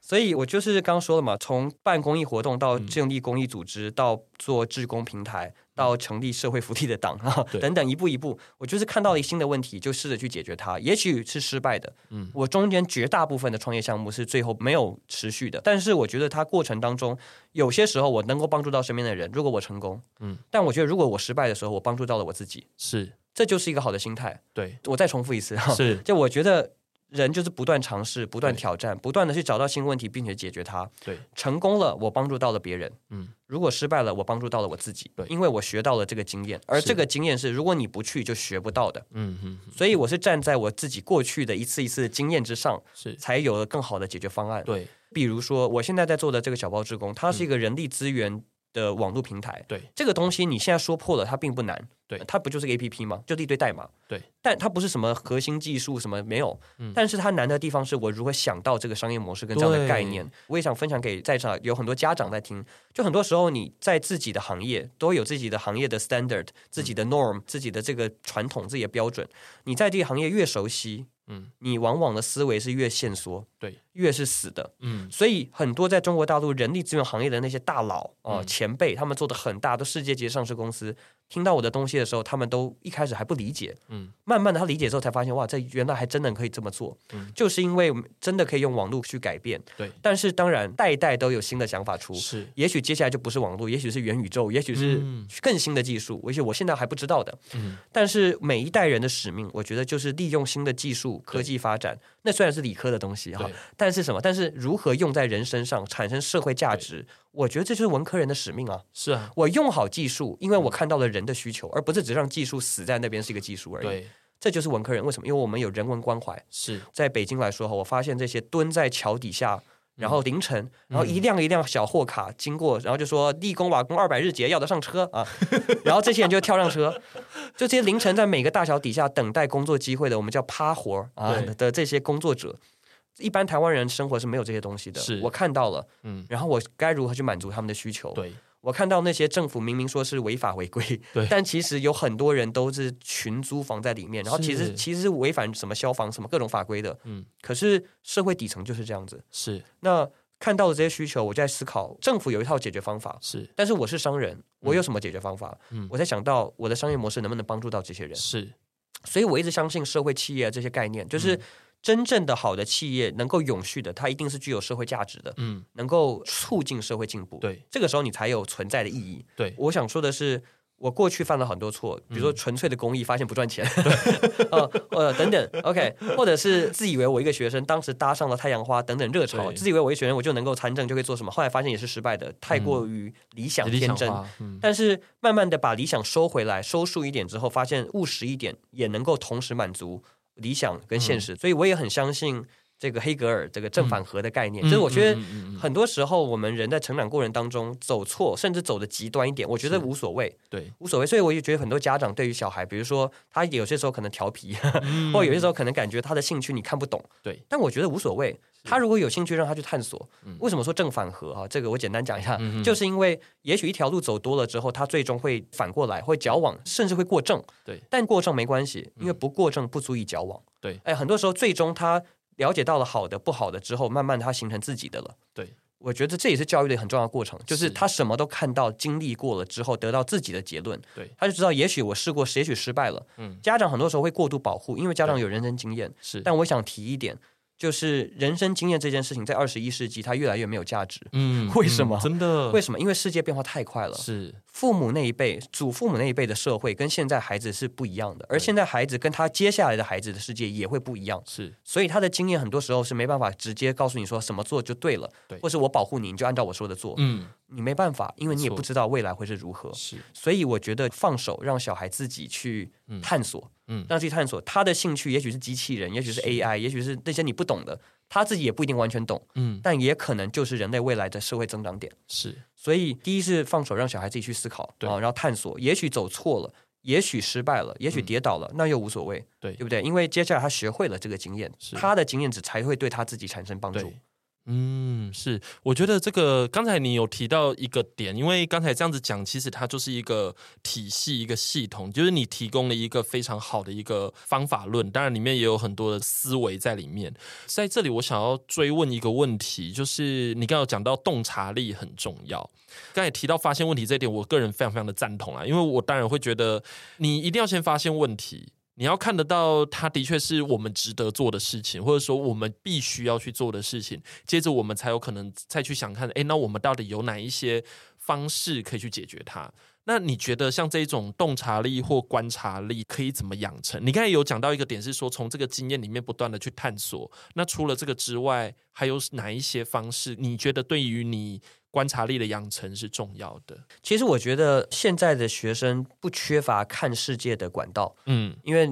B: 所以我就是刚说了嘛，从办公益活动
A: 嗯
B: 到建立公益组织，到做志工平台，到成立社会福利的党啊
A: 嗯对
B: 等等，一步一步，我就是看到了一新的问题，就试着去解决它。也许是失败的，
A: 嗯
B: 我中间绝大部分的创业项目是最后没有持续的，但是我觉得它过程当中，有些时候我能够帮助到身边的人，如果我成功，
A: 嗯
B: 嗯，但我觉得如果我失败的时候，我帮助到了我自己，
A: 是，
B: 这就是一个好的心态。
A: 对，
B: 我再重复一次啊哈，
A: 是，
B: 就我觉得人就是不断尝试、不断
A: 对
B: 挑战、不断的去找到新问题，并且解决它。
A: 对，
B: 成功了，我帮助到了别人。
A: 嗯，
B: 如果失败了，我帮助到了我自己
A: 对，
B: 因为我学到了这个经验，而
A: 是
B: 这个经验是如果你不去就学不到的，
A: 嗯嗯，
B: 所以我是站在我自己过去的一次一次的经验之上，
A: 是，
B: 才有了更好的解决方案。
A: 对，
B: 比如说我现在在做的这个小包志工，它是一个人力资源的网络平台，
A: 嗯对，
B: 这个东西你现在说破了，它并不难，
A: 对
B: 它不就是个 A P P 吗？就是一堆代码，
A: 对，
B: 但它不是什么核心技术什么没有，
A: 嗯
B: 但是它难的地方是我如何想到这个商业模式跟这样的概念。我也想分享给在场有很多家长在听，就很多时候你在自己的行业都有自己的行业的 standard、自己的
A: 嗯
B: norm、自己的这个传统、自己的标准，你在这个行业越熟悉，
A: 嗯
B: 你往往的思维是越限缩，
A: 对，
B: 越是死的。
A: 嗯，
B: 所以很多在中国大陆人力资源行业的那些大佬啊、呃
A: 嗯
B: 前辈，他们做的很大，都世界级的上市公司，听到我的东西的时候，他们都一开始还不理解，
A: 嗯
B: 嗯，慢慢的他理解之后才发现，哇，这原来还真的可以这么做，
A: 嗯
B: 就是因为真的可以用网络去改变，
A: 对，
B: 但是当然代代都有新的想法出。
A: 是，
B: 也许接下来就不是网络，也许是元宇宙，也许是
A: 嗯
B: 更新的技术，也许我现在还不知道的。
A: 嗯，
B: 但是每一代人的使命，我觉得就是利用新的技术、科技发展。那虽然是理科的东西哈
A: 对，
B: 但是什么？但是如何用在人身上，产生社会价值，我觉得这就是文科人的使命啊！
A: 是啊，
B: 我用好技术，因为
A: 嗯
B: 我看到了人的需求，而不是只让技术死在那边是一个技术而已。
A: 对，
B: 这就是文科人为什么？因为我们有人文关怀。
A: 是，
B: 在北京来说哈，我发现这些蹲在桥底下。然
A: 嗯
B: 后凌晨，然后一辆一辆小货卡经过，然后就说立功瓦工二百日节要得上车啊， 然后这些人就跳上车，就这些凌晨在每个大桥底下等待工作机会的，我们叫趴活儿啊
A: 对
B: 的这些工作者，一般台湾人生活是没有这些东西的
A: 是。
B: 我看到了，
A: 嗯，
B: 然后我该如何去满足他们的需求？
A: 对，
B: 我看到那些政府明明说是违法违规
A: 对，
B: 但其实有很多人都是群租房在里面，然后其
A: 是
B: 实其实是违反什么消防什么各种法规的。
A: 嗯
B: 嗯，可是社会底层就是这样子。
A: 是，
B: 那看到了这些需求，我就在思考，政府有一套解决方法，
A: 是，
B: 但是我是商人，我有什么解决方法？
A: 嗯
B: 我在想到我的商业模式能不能帮助到这些人，
A: 是，
B: 所以我一直相信社会企业这些概念，
A: 嗯
B: 就是真正的好的企业能够永续的，它一定是具有社会价值的，
A: 嗯，
B: 能够促进社会进步。
A: 对，
B: 这个时候你才有存在的意义。
A: 对，嗯
B: 我想说的是，我过去犯了很多错，比如说纯粹的公益，发现不赚钱， 呃呃等等，OK，或者是自以为我一个学生，当时搭上了太阳花等等热潮，
A: 对
B: 自以为我一个学生我就能够参政，就会做什么，后来发现也是失败的，太过于理想
A: 理
B: 天
A: 想
B: 真。
A: 化，嗯，
B: 但是慢慢的把理想收回来，收束一点之后，发现务实一点也能够同时满足理想跟现实，所以我也很相信这个黑格尔这个正反合的概念，
A: 嗯嗯
B: 就是我觉得
A: 嗯嗯嗯嗯
B: 很多时候我们人在成长过程当中走错，甚至走的极端一点，我觉得
A: 是
B: 无所谓，
A: 对，
B: 无所谓。所以我也觉得很多家长对于小孩，比如说他有些时候可能调皮， 或者有些时候可能感觉他的兴趣你看不懂，
A: 嗯对，嗯
B: 但我觉得无所谓。他如果有兴趣，让他去探索。为什么说正反合哈、这个我简单讲一下，
A: 嗯嗯
B: 就是因为也许一条路走多了之后，他最终会反过来，会矫枉，甚至会过正。
A: 对，嗯
B: 但过正没关系，因为不过正不足以矫枉。
A: 对，
B: 哎，很多时候最终他了解到了好的、不好的之后，慢慢他形成自己的了。
A: 对，
B: 我觉得这也是教育的很重要的过程，就是
A: 是
B: 他什么都看到、经历过了之后，得到自己的结论。
A: 对，
B: 他就知道，也许我试过，也许失败了。
A: 嗯
B: 家长很多时候会过度保护，因为家长有人生经验。
A: 是，
B: 但我想提一点，就是人生经验这件事情，在二十一世纪，它越来越没有价值。
A: 嗯
B: 为什么
A: 嗯真的
B: 为什么？因为世界变化太快了。
A: 是
B: 父母那一辈、祖父母那一辈的社会跟现在孩子是不一样的，而现在孩子跟他接下来的孩子的世界也会不一样，
A: 是
B: 所以他的经验很多时候是没办法直接告诉你说什么做就对了，
A: 对
B: 或是我保护你，你就按照我说的做，
A: 嗯
B: 你没办法，因为你也
A: 没错
B: 不知道未来会是如何。
A: 是
B: 所以我觉得放手让小孩自己去探索，
A: 嗯嗯
B: 让他去探索他的兴趣，也许是机器人，也许是 AI，也许是那些你不懂的，他自己也不一定完全懂，
A: 嗯
B: 但也可能就是人类未来的社会增长点。
A: 是
B: 所以，第一是放手让小孩自己去思考，
A: 对
B: 啊，然后探索，也许走错了，也许失败了，也许跌倒了，那又无所谓，
A: 嗯对
B: 对不对？因为接下来他学会了这个经验
A: 是，
B: 他的经验值才会对他自己产生帮助
A: 对。，嗯，是，我觉得这个刚才你有提到一个点，因为刚才这样子讲，其实它就是一个体系、一个系统，就是你提供了一个非常好的一个方法论，当然里面也有很多的思维在里面。在这里，我想要追问一个问题，就是你刚刚有讲到洞察力很重要，刚才提到发现问题这一点，我个人非常非常的赞同啦，因为我当然会觉得你一定要先发现问题，你要看得到它的确是我们值得做的事情，或者说我们必须要去做的事情，接着我们才有可能再去想看，诶，那我们到底有哪一些方式可以去解决它？那你觉得像这种洞察力或观察力可以怎么养成？你刚才有讲到一个点是说，从这个经验里面不断的去探索。那除了这个之外，还有哪一些方式你觉得对于你观察力的养成是重要的？
B: 其实我觉得现在的学生不缺乏看世界的管道，
A: 嗯，
B: 因为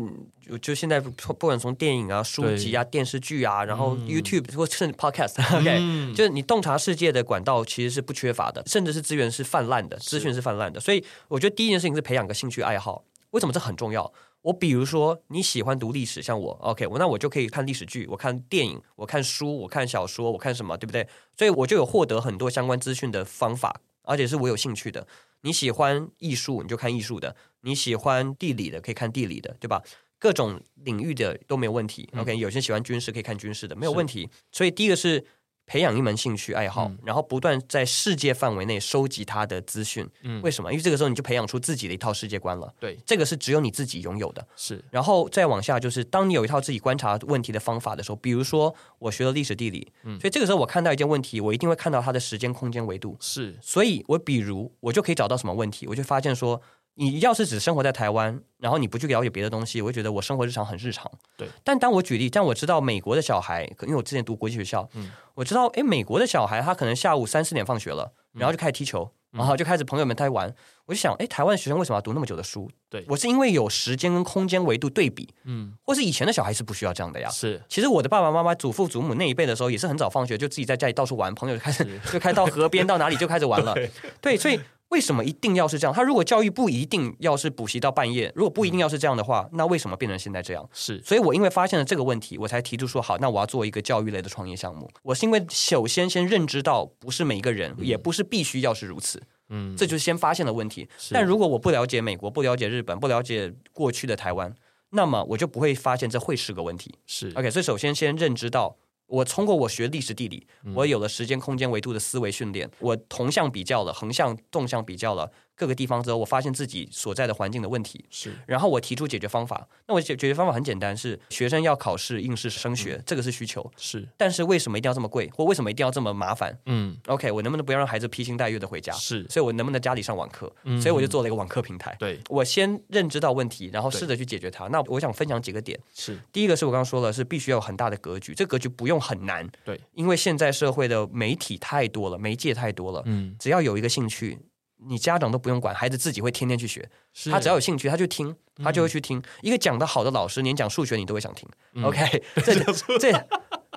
B: 就就现在不不管从电影啊、书籍啊、电视剧啊，然后 YouTube 或甚至 Podcast，OK，、
A: 嗯
B: 就是你洞察世界的管道其实是不缺乏的，甚至是资源是泛滥的，资讯是泛滥的。所以我觉得第一件事情是培养个兴趣爱好。为什么这很重要？我比如说你喜欢读历史，像我，OK，我那我就可以看历史剧，我看电影，我看书，我看小说，我看什么，对不对？所以我就有获得很多相关资讯的方法，而且是我有兴趣的。你喜欢艺术，你就看艺术的；你喜欢地理的，可以看地理的，对吧？各种领域的都没有问题。OK，有些喜欢军事，可以看军事的，没有
A: 嗯是
B: 问题。所以第一个是培养一门兴趣爱
A: 嗯
B: 好，然后不断在世界范围内收集它的资讯。
A: 嗯
B: 为什么？因为这个时候你就培养出自己的一套世界观了。
A: 对，
B: 这个是只有你自己拥有的。
A: 是
B: 然后再往下就是，当你有一套自己观察问题的方法的时候，比如说我学了历史地理，
A: 嗯
B: 所以这个时候我看到一件问题，我一定会看到它的时间空间维度。
A: 是，
B: 所以我比如我就可以找到什么问题，我就发现说，你要是只生活在台湾，然后你不去了解别的东西，我会觉得我生活日常很日常。
A: 对。
B: 但当我举例，但我知道美国的小孩，可因为我之前读国际学校，
A: 嗯
B: 我知道，诶，美国的小孩他可能下午三四点放学了，然后
A: 嗯
B: 就开始踢球，然后就开始朋友们在玩。我就想，诶，台湾的学生为什么要读那么久的书？
A: 对
B: 我是因为有时间跟空间维度对比，
A: 嗯，
B: 或是以前的小孩是不需要这样的呀。
A: 是
B: 其实我的爸爸妈妈、祖父祖母那一辈的时候，也是很早放学就自己在家里到处玩，朋友就开始 就开始到河边到哪里就开始玩了。对，所以为什么一定要是这样？他如果教育不一定要是补习到半夜，如果不一定要是这样的话，那为什么变成现在这样？
A: 是，
B: 所以我因为发现了这个问题，我才提出说好，那我要做一个教育类的创业项目。我是因为首先先认知到，不是每一个人，也不是必须要是如此，
A: 嗯，
B: 这就是先发现了问题。
A: 是
B: 但如果我不了解美国，不了解日本，不了解过去的台湾，那么我就不会发现这会是个问题。
A: 是
B: OK，所以首先先认知到，我通过我学历史地理，
A: 嗯
B: 我有了时间空间维度的思维训练，我同向比较了，横向、纵向比较了各个地方之后，我发现自己所在的环境的问题，
A: 是
B: 然后我提出解决方法。那我解解决方法很简单，是学生要考试、应试、升
A: 嗯
B: 学，这个是需求。
A: 是，
B: 但是为什么一定要这么贵，或为什么一定要这么麻烦
A: 嗯，
B: ？OK，我能不能不要让孩子披星戴月的回家？
A: 是，
B: 所以我能不能家里上网课？
A: 嗯
B: 所以我就做了一个网课平台。
A: 对，
B: 我先认知到问题，然后
A: 对
B: 试着去解决它。那我想分享几个点。
A: 是
B: 第一个是我刚刚说了，是必须要有很大的格局，这格局不用很难，
A: 对，
B: 因为现在社会的媒体太多了，媒介太多了，
A: 嗯，
B: 只要有一个兴趣，你家长都不用管，孩子自己会天天去学，
A: 是
B: 他只要有兴趣，他就听， 他就会去听。一个讲的好的老师，连讲数学你都会想听。
A: 嗯
B: OK，这这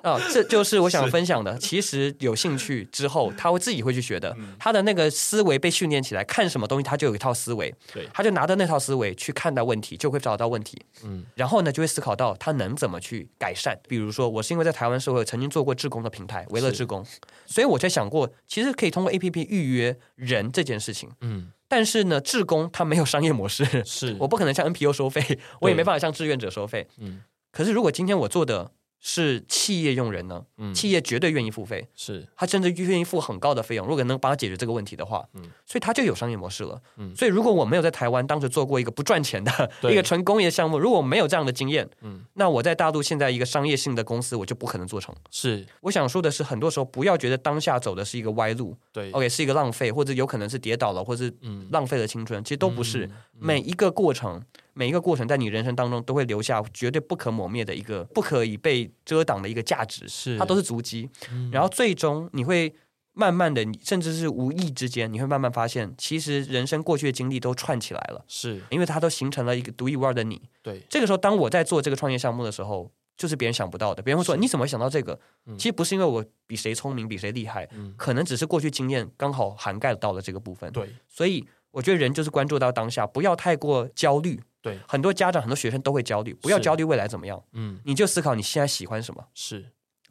B: 啊、这就是我想分享的。其实有兴趣之后，他会自己会去学的。他的那个思维被训练起来，看什么东西他就有一套思维，
A: 对
B: 他就拿着那套思维去看待问题，就会找到问题。
A: 嗯
B: 嗯，然后呢，就会思考到他能怎么去改善。比如说，我是因为在台湾社会曾经做过志工的平台，维乐
A: 是
B: 志工，所以我在想过，其实可以通过 A P P 预约人这件事情。
A: 嗯，
B: 但是呢，志工它没有商业模式，
A: 是
B: 我不可能向 NPO 收费，我也
A: 对
B: 没办法向志愿者收费。
A: 嗯
B: 可是如果今天我做的是企业用人呢，
A: 嗯
B: 企业绝对愿意付费，
A: 是
B: 他甚至愿意付很高的费用，如果能帮他解决这个问题的话，
A: 嗯
B: 所以他就有商业模式了。
A: 嗯
B: 所以如果我没有在台湾当时做过一个不赚钱的
A: 对
B: 一个纯公益的项目，如果我没有这样的经验，
A: 嗯
B: 那我在大陆现在一个商业性的公司，我就不可能做成。
A: 是，
B: 我想说的是，很多时候不要觉得当下走的是一个歪路
A: 对，
B: ，OK，是一个浪费，或者有可能是跌倒了，或是
A: 嗯，
B: 浪费了青春，其实都不是。
A: 嗯
B: 每一个过程，每一个过程在你人生当中都会留下绝对不可磨灭的一个不可以被遮挡的一个价值，
A: 是
B: 它都是足迹。
A: 嗯
B: 然后最终你会慢慢的，甚至是无意之间，你会慢慢发现，其实人生过去的经历都串起来了，
A: 是
B: 因为它都形成了一个独一无二的你。
A: 对，
B: 这个时候，当我在做这个创业项目的时候。就是别人想不到的，别人会说
A: 是
B: 你怎么会想到这个？
A: 嗯
B: 其实不是因为我比谁聪明，比谁厉害，
A: 嗯
B: 可能只是过去经验刚好涵盖到了这个部分。
A: 对，
B: 所以我觉得人就是关注到当下，不要太过焦虑。
A: 对
B: 很多家长、很多学生都会焦虑，不要
A: 是
B: 焦虑未来怎么样，
A: 嗯
B: 你就思考你现在喜欢什么。
A: 是，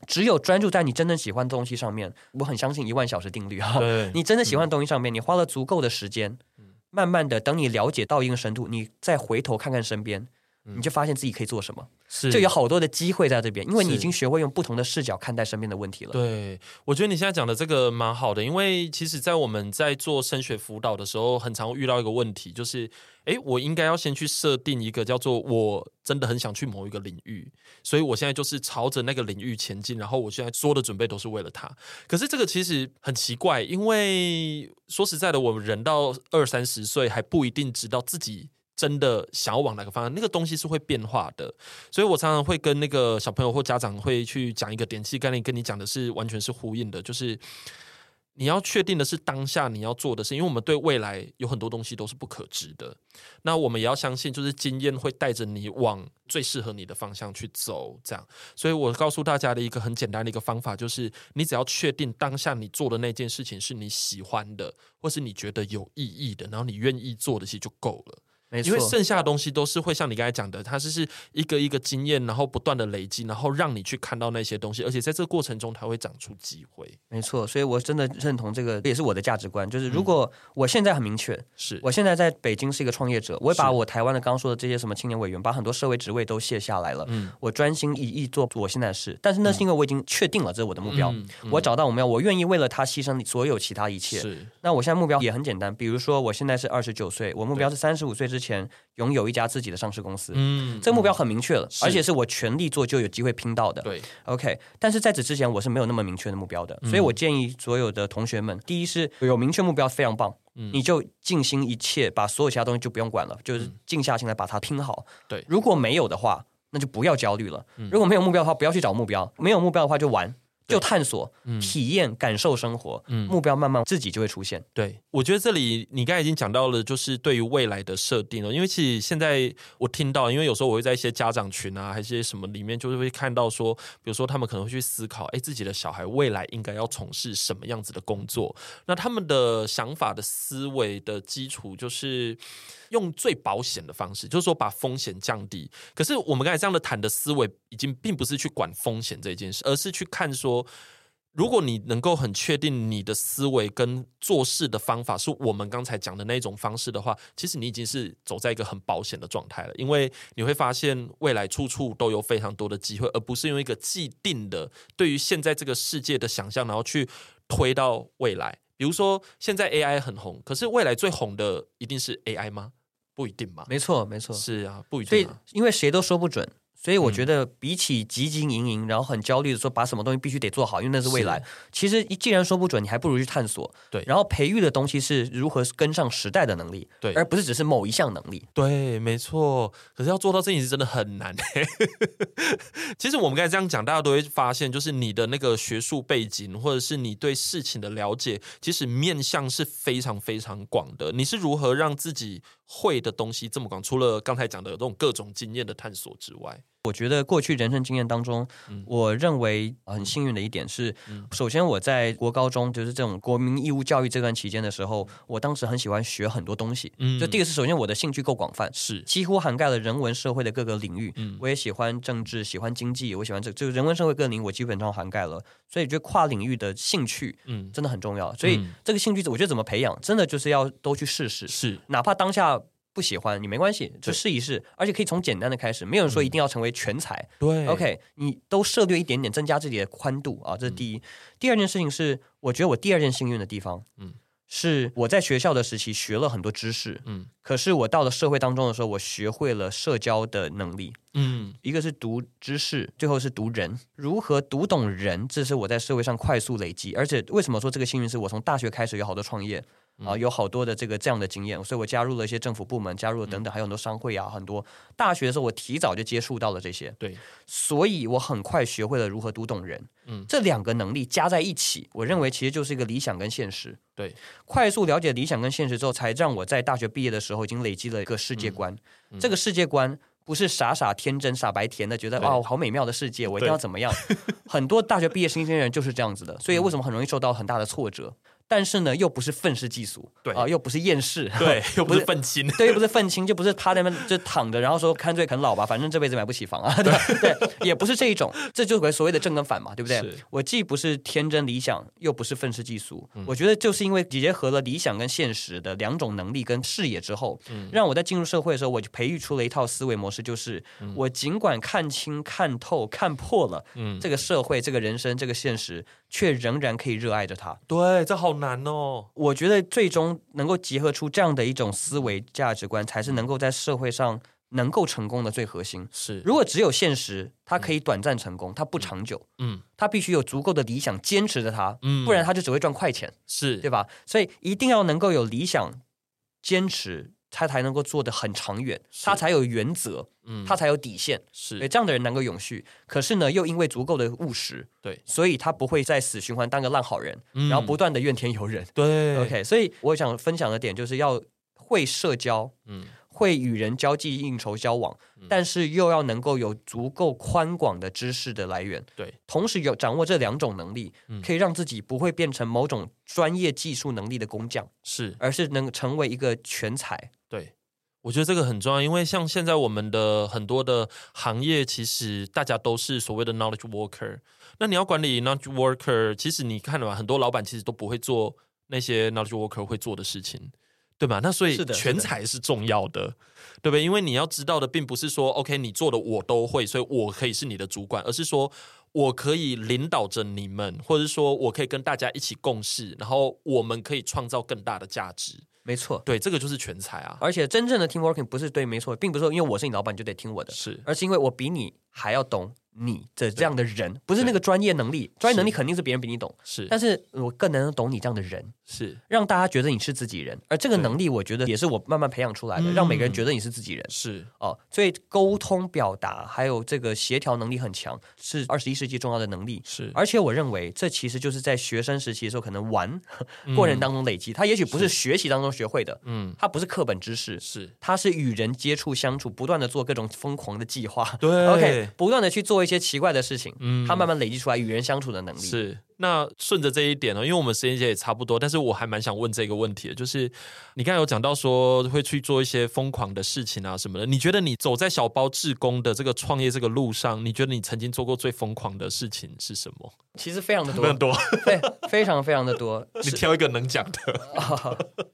B: 只有专注在你真正喜欢的东西上面，我很相信一万小时定律哈。
A: 对， 嗯
B: 你真正喜欢的东西上面，你花了足够的时间，慢慢的，等你了解到一定程度，你再回头看看身边，
A: 嗯
B: 你就发现自己可以做什么，
A: 是
B: 就有好多的机会在这边，因为你
A: 是
B: 已经学会用不同的视角看待身边的问题了。
A: 对，我觉得你现在讲的这个蛮好的，因为其实，在我们在做升学辅导的时候，很常会遇到一个问题，就是，诶，我应该要先去设定一个叫做我真的很想去某一个领域，所以我现在就是朝着那个领域前进，然后我现在所有的准备都是为了它。可是这个其实很奇怪，因为说实在的，我们人到二三十岁还不一定知道自己。真的想要往哪个方向，那个东西是会变化的。所以我常常会跟那个小朋友或家长会去讲一个点，其实概念，跟你讲的是完全是呼应的，就是你要确定的是当下你要做的事，因为我们对未来有很多东西都是不可知的。那我们也要相信，就是经验会带着你往最适合你的方向去走。这样，所以我告诉大家的一个很简单的一个方法，就是你只要确定当下你做的那件事情是你喜欢的，或是你觉得有意义的，然后你愿意做的，其实就够了。
B: 没
A: 因
B: 错
A: 为，剩下的东西都是会像你刚才讲的，它就是一个一个经验，然后不断的累积，然后让你去看到那些东西，而且在这个过程中，它会长出机会。
B: 没错，所以我真的认同这个，也是我的价值观，就是
A: 嗯
B: 如果我现在很明确，
A: 是，
B: 我现在在北京是一个创业者，我会把
A: 是
B: 我台湾的刚说的这些什么青年委员，把很多社会职位都卸下来了，
A: 嗯
B: 我专心一意做我现在的事。但是那是因为我已经确定了这是我的目标，
A: 嗯嗯
B: 我找到目标，我愿意为了他牺牲所有其他一切。
A: 是
B: 那我现在目标也很简单，比如说我现在是二十九岁，我目标是三十五岁之前拥有一家自己的上市公司。
A: 嗯
B: 这个目标很明确了，
A: 是
B: 而且是我全力做就有机会拼到的。
A: 嗯对
B: OK，但是在此之前我是没有那么明确的目标的，所以我建议所有的同学们，第一是有明确目标非常棒，
A: 嗯
B: 你就尽心一切，把所有其他东西就不用管了，就是静下心来把它拼好。
A: 对
B: 如果没有的话，那就不要焦虑了。如果没有目标的话，不要去找目标，没有目标的话就玩。就探索、
A: 嗯
B: 体验、感受生活，
A: 嗯
B: 目标慢慢自己就会出现。
A: 对，我觉得这里你刚才已经讲到了，就是对于未来的设定了。因为其实现在我听到，因为有时候我会在一些家长群啊，还是一些什么里面，就是会看到说，比如说他们可能会去思考，哎，自己的小孩未来应该要从事什么样子的工作。那他们的想法的思维的基础就是用最保险的方式，就是说把风险降低。可是我们刚才这样的谈的思维，已经并不是去管风险这件事，而是去看说，如果你能够很确定你的思维跟做事的方法是我们刚才讲的那种方式的话，其实你已经是走在一个很保险的状态了，因为你会发现未来处处都有非常多的机会，而不是用一个既定的对于现在这个世界的想象，然后去推到未来。比如说，现在 AI 很红，可是未来最红的一定是 AI 吗？不一定嘛。
B: 没错，没错。
A: 是啊，不一
B: 所以
A: 定、啊。，
B: 因为谁都说不准，所以我
A: 嗯
B: 觉得比起急急营营，然后很焦虑的说把什么东西必须得做好，因为那是未来
A: 是。
B: 其实一既然说不准，你还不如去探索。
A: 对
B: 然后培育的东西是如何跟上时代的能力，
A: 对
B: 而不是只是某一项能力。
A: 对，没错。可是要做到这件事真的很难、欸。 其实我们刚才这样讲，大家都会发现，就是你的那个学术背景，或者是你对事情的了解，其实面向是非常非常广的。你是如何让自己会的东西这么广？除了刚才讲的这种各种经验的探索之外，
B: 我觉得过去人生经验当中，
A: 嗯
B: 我认为很幸运的一点是，
A: 嗯
B: 首先我在国高中就是这种国民义务教育这段期间的时候，我当时很喜欢学很多东西。
A: 嗯
B: 就第一个是，首先我的兴趣够广泛，
A: 是，
B: 几乎涵盖了人文社会的各个领域。
A: 嗯
B: 我也喜欢政治，喜欢经济，我喜欢这就是人文社会各个领域，我基本上涵盖了。所以，觉得跨领域的兴趣
A: 嗯，
B: 真的很重要。所以
A: 嗯，
B: 这个兴趣，我觉得怎么培养，真的就是要都去试试。
A: 是
B: 哪怕当下不喜欢，你没关系，
A: 对
B: 就
A: 嗯
B: 试一试，而且可以从简单的开始。没有人说一定要成为全才、
A: 对
B: o k 你都涉略一点点，增加自己的宽度啊，这
A: 嗯
B: 是第一。第二件事情是，我觉得我第二件幸运的地方，
A: 嗯
B: 嗯，是我在学校的时期学了很多知识，
A: 嗯
B: 可是我到了社会当中的时候，我学会了社交的能力。
A: 嗯
B: 一个是读知识，最后是读人，如何读懂人，这是我在社会上快速累积。而且为什么说这个幸运是我从大学开始有好多创业啊、有好多的这个这样的经验，所以我加入了一些政府部门，加入了等等，还有很多商会啊，很多大学的时候我提早就接触到了这些，
A: 对，
B: 所以我很快学会了如何读懂人。
A: 嗯
B: 这两个能力加在一起，我认为其实就是一个理想跟现实。
A: 对，
B: 快速了解理想跟现实之后，才让我在大学毕业的时候已经累积了一个世
A: 嗯
B: 界观。这个世界观不是傻傻天真、傻白甜的觉得
A: 对
B: 哦，好美妙的世界，我一定
A: 对
B: 要怎么 样。很多大学毕业新鲜人就是这样子的，所以
A: 嗯
B: 为什么很容易受到很大的挫折？但是呢，又不是愤世嫉俗，
A: 对
B: 啊、又不是厌世，
A: 对，又不
B: 不
A: 是
B: 是
A: 愤青，
B: 对，又不是愤青，就不是趴在那边就躺着，然后说看最啃老吧，反正这辈子买不起房啊， 对对，也不是这一种，这就是所谓的正跟反嘛，对不对
A: 是？
B: 我既不是天真理想，又不是愤世嫉俗，
A: 嗯
B: 我觉得就是因为结合了理想跟现实的两种能力跟视野之后，
A: 嗯
B: 让我在进入社会的时候，我就培育出了一套思维模式，就是我尽管看清、看透、看破了
A: 嗯，
B: 这个社会、这个人生、这个现实，却仍然可以热爱着它。
A: 对，这好难哦，
B: 我觉得最终能够结合出这样的一种思维价值观，才是能够在社会上能够成功的最核心。
A: 是，
B: 如果只有现实，它可以短暂成功，它不长久，
A: 嗯
B: 它必须有足够的理想坚持着它，
A: 嗯，
B: 不然它就只会赚快钱，
A: 是
B: 对吧？所以一定要能够有理想坚持。它才能够做得很长远，
A: 是
B: 它才有原则，
A: 嗯
B: 它才有底线，对
A: 是
B: 这样的人能够永续。可是呢，又因为足够的务实，
A: 对，
B: 所以他不会再死循环当个烂好人，
A: 嗯
B: 然后不断的怨天尤人。
A: 对
B: OK，所以我想分享的点就是要会社交，
A: 嗯
B: 会与人交际、应酬、交往，但是又要能够有足够宽广的知识的来源。
A: 对，
B: 同时有掌握这两种能力，
A: 嗯
B: 可以让自己不会变成某种专业技术能力的工匠，
A: 是
B: 而是能成为一个全才。
A: 对。我觉得这个很重要，因为像现在我们的很多的行业，其实大家都是所谓的 knowledge worker。那你要管理 knowledge worker，其实你看了吧，很多老板其实都不会做那些 knowledge worker 会做的事情，对吧？那所以
B: 是的是的
A: 全才是重要的，对不对？因为你要知道的，并不是说 OK 你做的我都会，所以我可以是你的主管，而是说我可以领导着你们，或者是说我可以跟大家一起共事，然后我们可以创造更大的价值。
B: 没错，
A: 对，这个就是全才啊。
B: 而且真正的 team working 不是对没错，并不是说因为我是你老板你就得听我的，
A: 是
B: 而是因为我比你还要懂你的这样的人，不是那个专业能力，专业能力肯定是别人比你懂，
A: 是，
B: 但是我更能懂你这样的人。
A: 是
B: 让大家觉得你是自己人，而这个
A: 对
B: 能力，我觉得也是我慢慢培养出来的，
A: 嗯
B: 让每个人觉得你是自己人
A: 是，
B: 哦。所以沟通、表达还有这个协调能力很强，是二十一世纪重要的能力。
A: 是
B: 而且我认为，这其实就是在学生时期的时候，可能玩过程当中累积，它也许不是学习当中学会的，
A: 嗯，
B: 它不是课本知识。
A: 是
B: 它是与人接触、相处，不断的做各种疯狂的计划，
A: 对
B: ，OK，不断的去做一些奇怪的事情，
A: 嗯
B: 它慢慢累积出来与人相处的能力。
A: 是。那顺着这一点呢，因为我们时间节也差不多，但是我还蛮想问这个问题的，就是你刚才有讲到说会去做一些疯狂的事情啊什么的，你觉得你走在小包志工的这个创业这个路上，你觉得你曾经做过最疯狂的事情是什么？
B: 其实非常的
A: 没有
B: 多，
A: 多，
B: 对，非常非常的多。
A: 你挑一个能讲的。嗯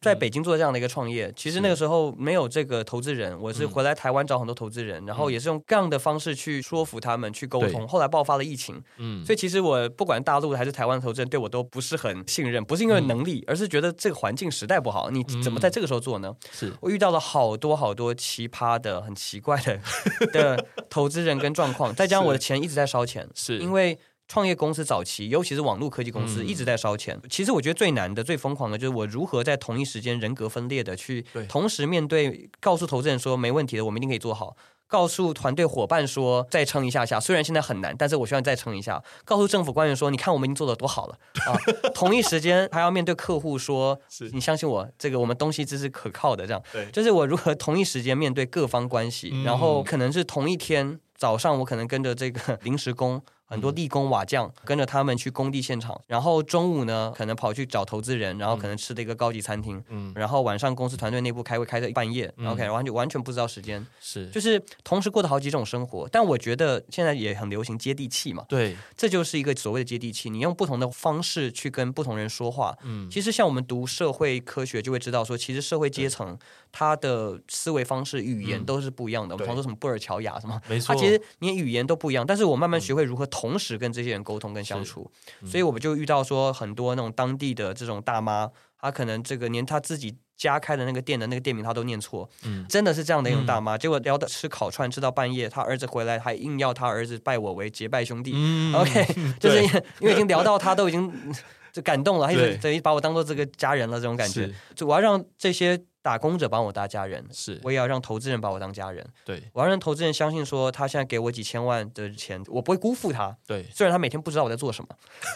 B: 在北京做这样的一个创业，其实那个时候没有这个投资人，我
A: 嗯
B: 是回来台湾找很多投资人，然后也是用各样的方式去说服他们去沟
A: 对
B: 通。后来爆发了疫情，
A: 嗯，
B: 所以其实我不管大陆还是台湾的投资人对我都不是很信任，不是因
A: 嗯
B: 为能力，而是觉得这个环境时代不好，你怎么在这个时候做呢？
A: 是
B: 我遇到了好多好多奇葩的、很奇怪的 的投资人跟状况，再加上我的钱一直在烧钱，
A: 是
B: 因为创业公司早期，尤其是网络科技公司
A: 嗯
B: 一直在烧钱。其实我觉得最难的、最疯狂的就是我如何在同一时间人格分裂的去
A: 对
B: 同时面对告诉投资人说没问题的，我们一定可以做好。告诉团队伙伴说再撑一下下，虽然现在很难，但是我希望再撑一下。告诉政府官员说，你看我们已经做的 多好了啊！同一时间还要面对客户说，
A: 是
B: 你相信我，这个我们东西这是可靠的。这样
A: 对
B: 就是我如何同一时间面对各方关系，
A: 嗯
B: 然后可能是同一天早上，我可能跟着这个临时工。很
A: 嗯
B: 多力工瓦匠跟着他们去工地现场，然后中午呢，可能跑去找投资人，然后可能吃了一个高级餐厅，
A: 嗯
B: 然后晚上公司团队内部开会开到半夜，
A: 嗯
B: 然后可能完全完全不知道时间，
A: 是，
B: 就是同时过的好几种生活。但我觉得现在也很流行接地气嘛，
A: 对，
B: 这就是一个所谓的接地气。你用不同的方式去跟不同人说话。
A: 嗯
B: 其实像我们读社会科学就会知道说，其实社会阶层他的思维方式、语言
A: 嗯
B: 都是不一样的。我们
A: 对
B: 常说什么布尔乔亚什么。
A: 没错，
B: 他其实你语言都不一样，但是我慢慢学会如何同时跟这些人沟通跟相处，
A: 嗯
B: 所以我们就遇到说很多那种当地的这种大妈，她可能这个连她自己家开的那个店的那个店名她都念错，
A: 嗯
B: 真的是这样的一种大妈。结果聊的吃烤串吃到半夜，她儿子回来还硬要她儿子拜我为结拜兄弟，
A: 嗯
B: OK，就是
A: 对
B: 因为因为已经聊到他都已经 就感动了，他一
A: 对
B: 直等于把我当做这个家人了这种感觉
A: 是。
B: 就我要让这些打工者把我当家人，
A: 是，
B: 我也要让投资人把我当家人。
A: 对
B: 我要让投资人相信说，他现在给我几千万的钱，我不会辜负他。
A: 对，
B: 虽然他每天不知道我在做什么。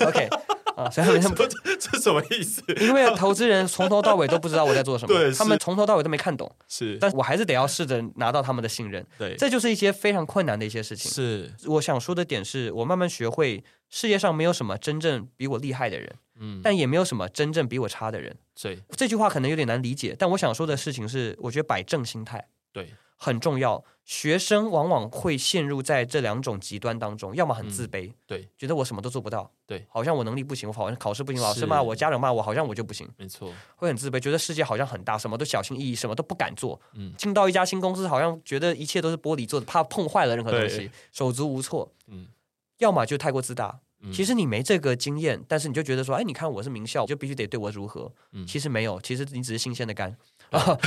B: OK，啊，虽然他每天不，
A: 这什么意思？
B: 因为投资人从头到尾都不知道我在做什么
A: 对，
B: 他们从头到尾都没看懂，
A: 是，
B: 但我还是得要试着拿到他们的信任。
A: 对，
B: 这就是一些非常困难的一些事情。
A: 是，
B: 我想说的点是我慢慢学会，世界上没有什么真正比我厉害的人，
A: 嗯，
B: 但也没有什么真正比我差的人。
A: 对
B: 这句话可能有点难理解，但我想说的事情是，我觉得摆正心态
A: 对，
B: 很重要。学生往往会陷入在这两种极端当中，要么很自卑，
A: 嗯对，
B: 觉得我什么都做不到，
A: 对，
B: 好像我能力不行，我好像考试不行，
A: 是
B: 老师骂我，家人骂我，好像我就不行，
A: 没错，
B: 会很自卑，觉得世界好像很大，什么都小心翼翼，什么都不敢做。
A: 嗯
B: 进到一家新公司，好像觉得一切都是玻璃做的，怕碰坏了任何东
A: 对
B: 西，手足无措。
A: 嗯，
B: 要么就太过自大。
A: 嗯
B: 其实你没这个经验，但是你就觉得说，哎，你看我是名校，就必须得对我如何？
A: 嗯
B: 其实没有，其实你只是新鲜的肝。啊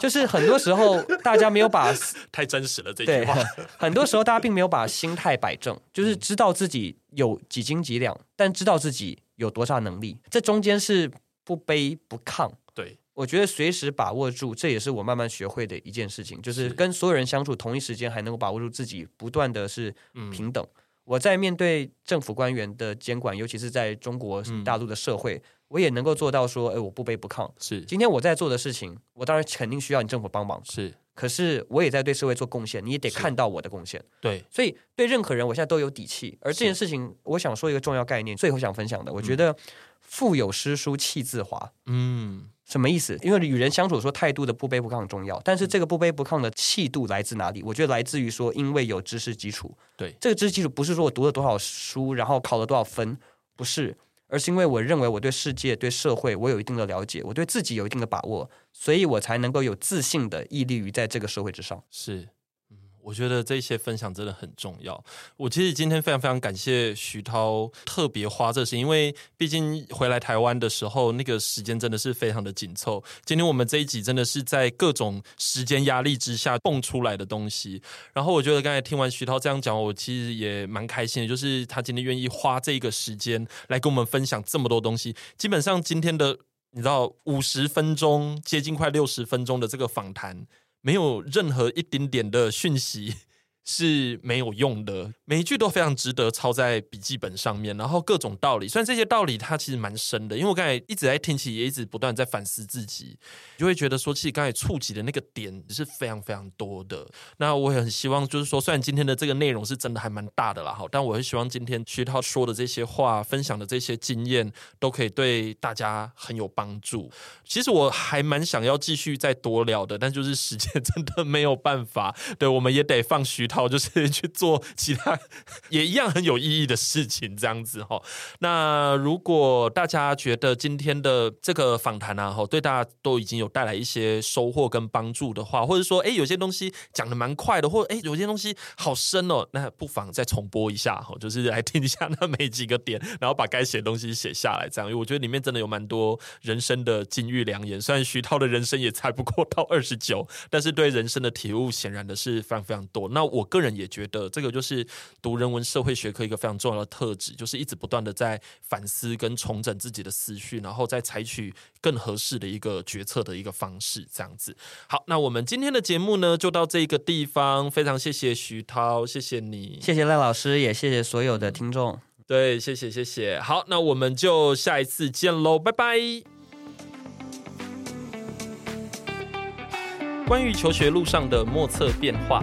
B: 就是很多时候大家没有把
A: 太真实了这
B: 对
A: 句话，，
B: 很多时候大家并没有把心态摆正，就是知道自己有几斤几两，但知道自己有多大能力，这中间是不卑不亢。
A: 对，
B: 我觉得随时把握住，这也是我慢慢学会的一件事情，就是
A: 是
B: 跟所有人相处，同一时间还能够把握住自己，不断的是
A: 嗯
B: 平等。我在面对政府官员的监管，尤其是在中国
A: 嗯
B: 大陆的社会，我也能够做到说，哎，我不卑不亢。
A: 是
B: 今天我在做的事情，我当然肯定需要你政府帮忙，
A: 是，
B: 可是我也在对社会做贡献，你也得
A: 是
B: 看到我的贡献。
A: 对，
B: 所以对任何人，我现在都有底气。而这件事情，我想说一个重要概念，最后想分享的，我觉得“腹有诗书气自华”
A: 嗯
B: 什么意思？因为与人相处说态度的不卑不亢很重要，但是这个不卑不亢的气度来自哪里？我觉得来自于说，因为有知识基础。
A: 对
B: 这个知识基础不是说我读了多少书，然后考了多少分，不是，而是因为我认为我对世界、对社会我有一定的了解，我对自己有一定的把握，所以我才能够有自信的屹立于在这个社会之上。
A: 是。嗯，我觉得这些分享真的很重要。我其实今天非常非常感谢徐涛特别花这时间，因为毕竟回来台湾的时候，那个时间真的是非常的紧凑。今天我们这一集真的是在各种时间压力之下蹦出来的东西。然后我觉得刚才听完徐涛这样讲，我其实也蛮开心的，就是他今天愿意花这个时间来跟我们分享这么多东西。基本上今天的你知道五十分钟，接近快六十分钟的这个访谈，没有任何一丁点的讯息 是没有用的，每一句都非常值得抄在笔记本上面。然后各种道理，虽然这些道理它其实蛮深的，因为我刚才一直在听，起也一直不断地在反思自己，你就会觉得说，其实刚才触及的那个点是非常非常多的。那我也很希望，就是说，虽然今天的这个内容是真的还蛮大的啦，哈，但我很希望今天徐涛说的这些话，分享的这些经验，都可以对大家很有帮助。其实我还蛮想要继续再多聊的，但就是时间真的没有办法。 对，我们也得放徐涛，就是去做其他 也一样很有意义的事情，这样子哈。那如果大家觉得今天的这个访谈啊，哈，对大家都已经有带来一些收获跟帮助的话，或者说，哎，有些东西讲的蛮快的，或哎，有些东西好深哦，那不妨再重播一下哈，就是来听一下那每几个点，然后把该写的东西写下来，这样，因为我觉得里面真的有蛮多人生的金玉良言。虽然徐涛的人生也才不过到二十九，但是对人生的体悟显然的是非常非常多。那我我个人也觉得，这个就是读人文社会学科一个非常重要的特质，就是一直不断的在反思跟重整自己的思绪，然后再采取更合适的一个决策的一个方式，这样子。好，那我们今天的节目呢，就到这个地方，非常谢谢徐涛，谢谢你，
B: 谢谢赖老师，也谢谢所有的听众。
A: 对，谢谢谢谢。好，那我们就下一次见喽，拜拜。关于求学路上的莫测变化，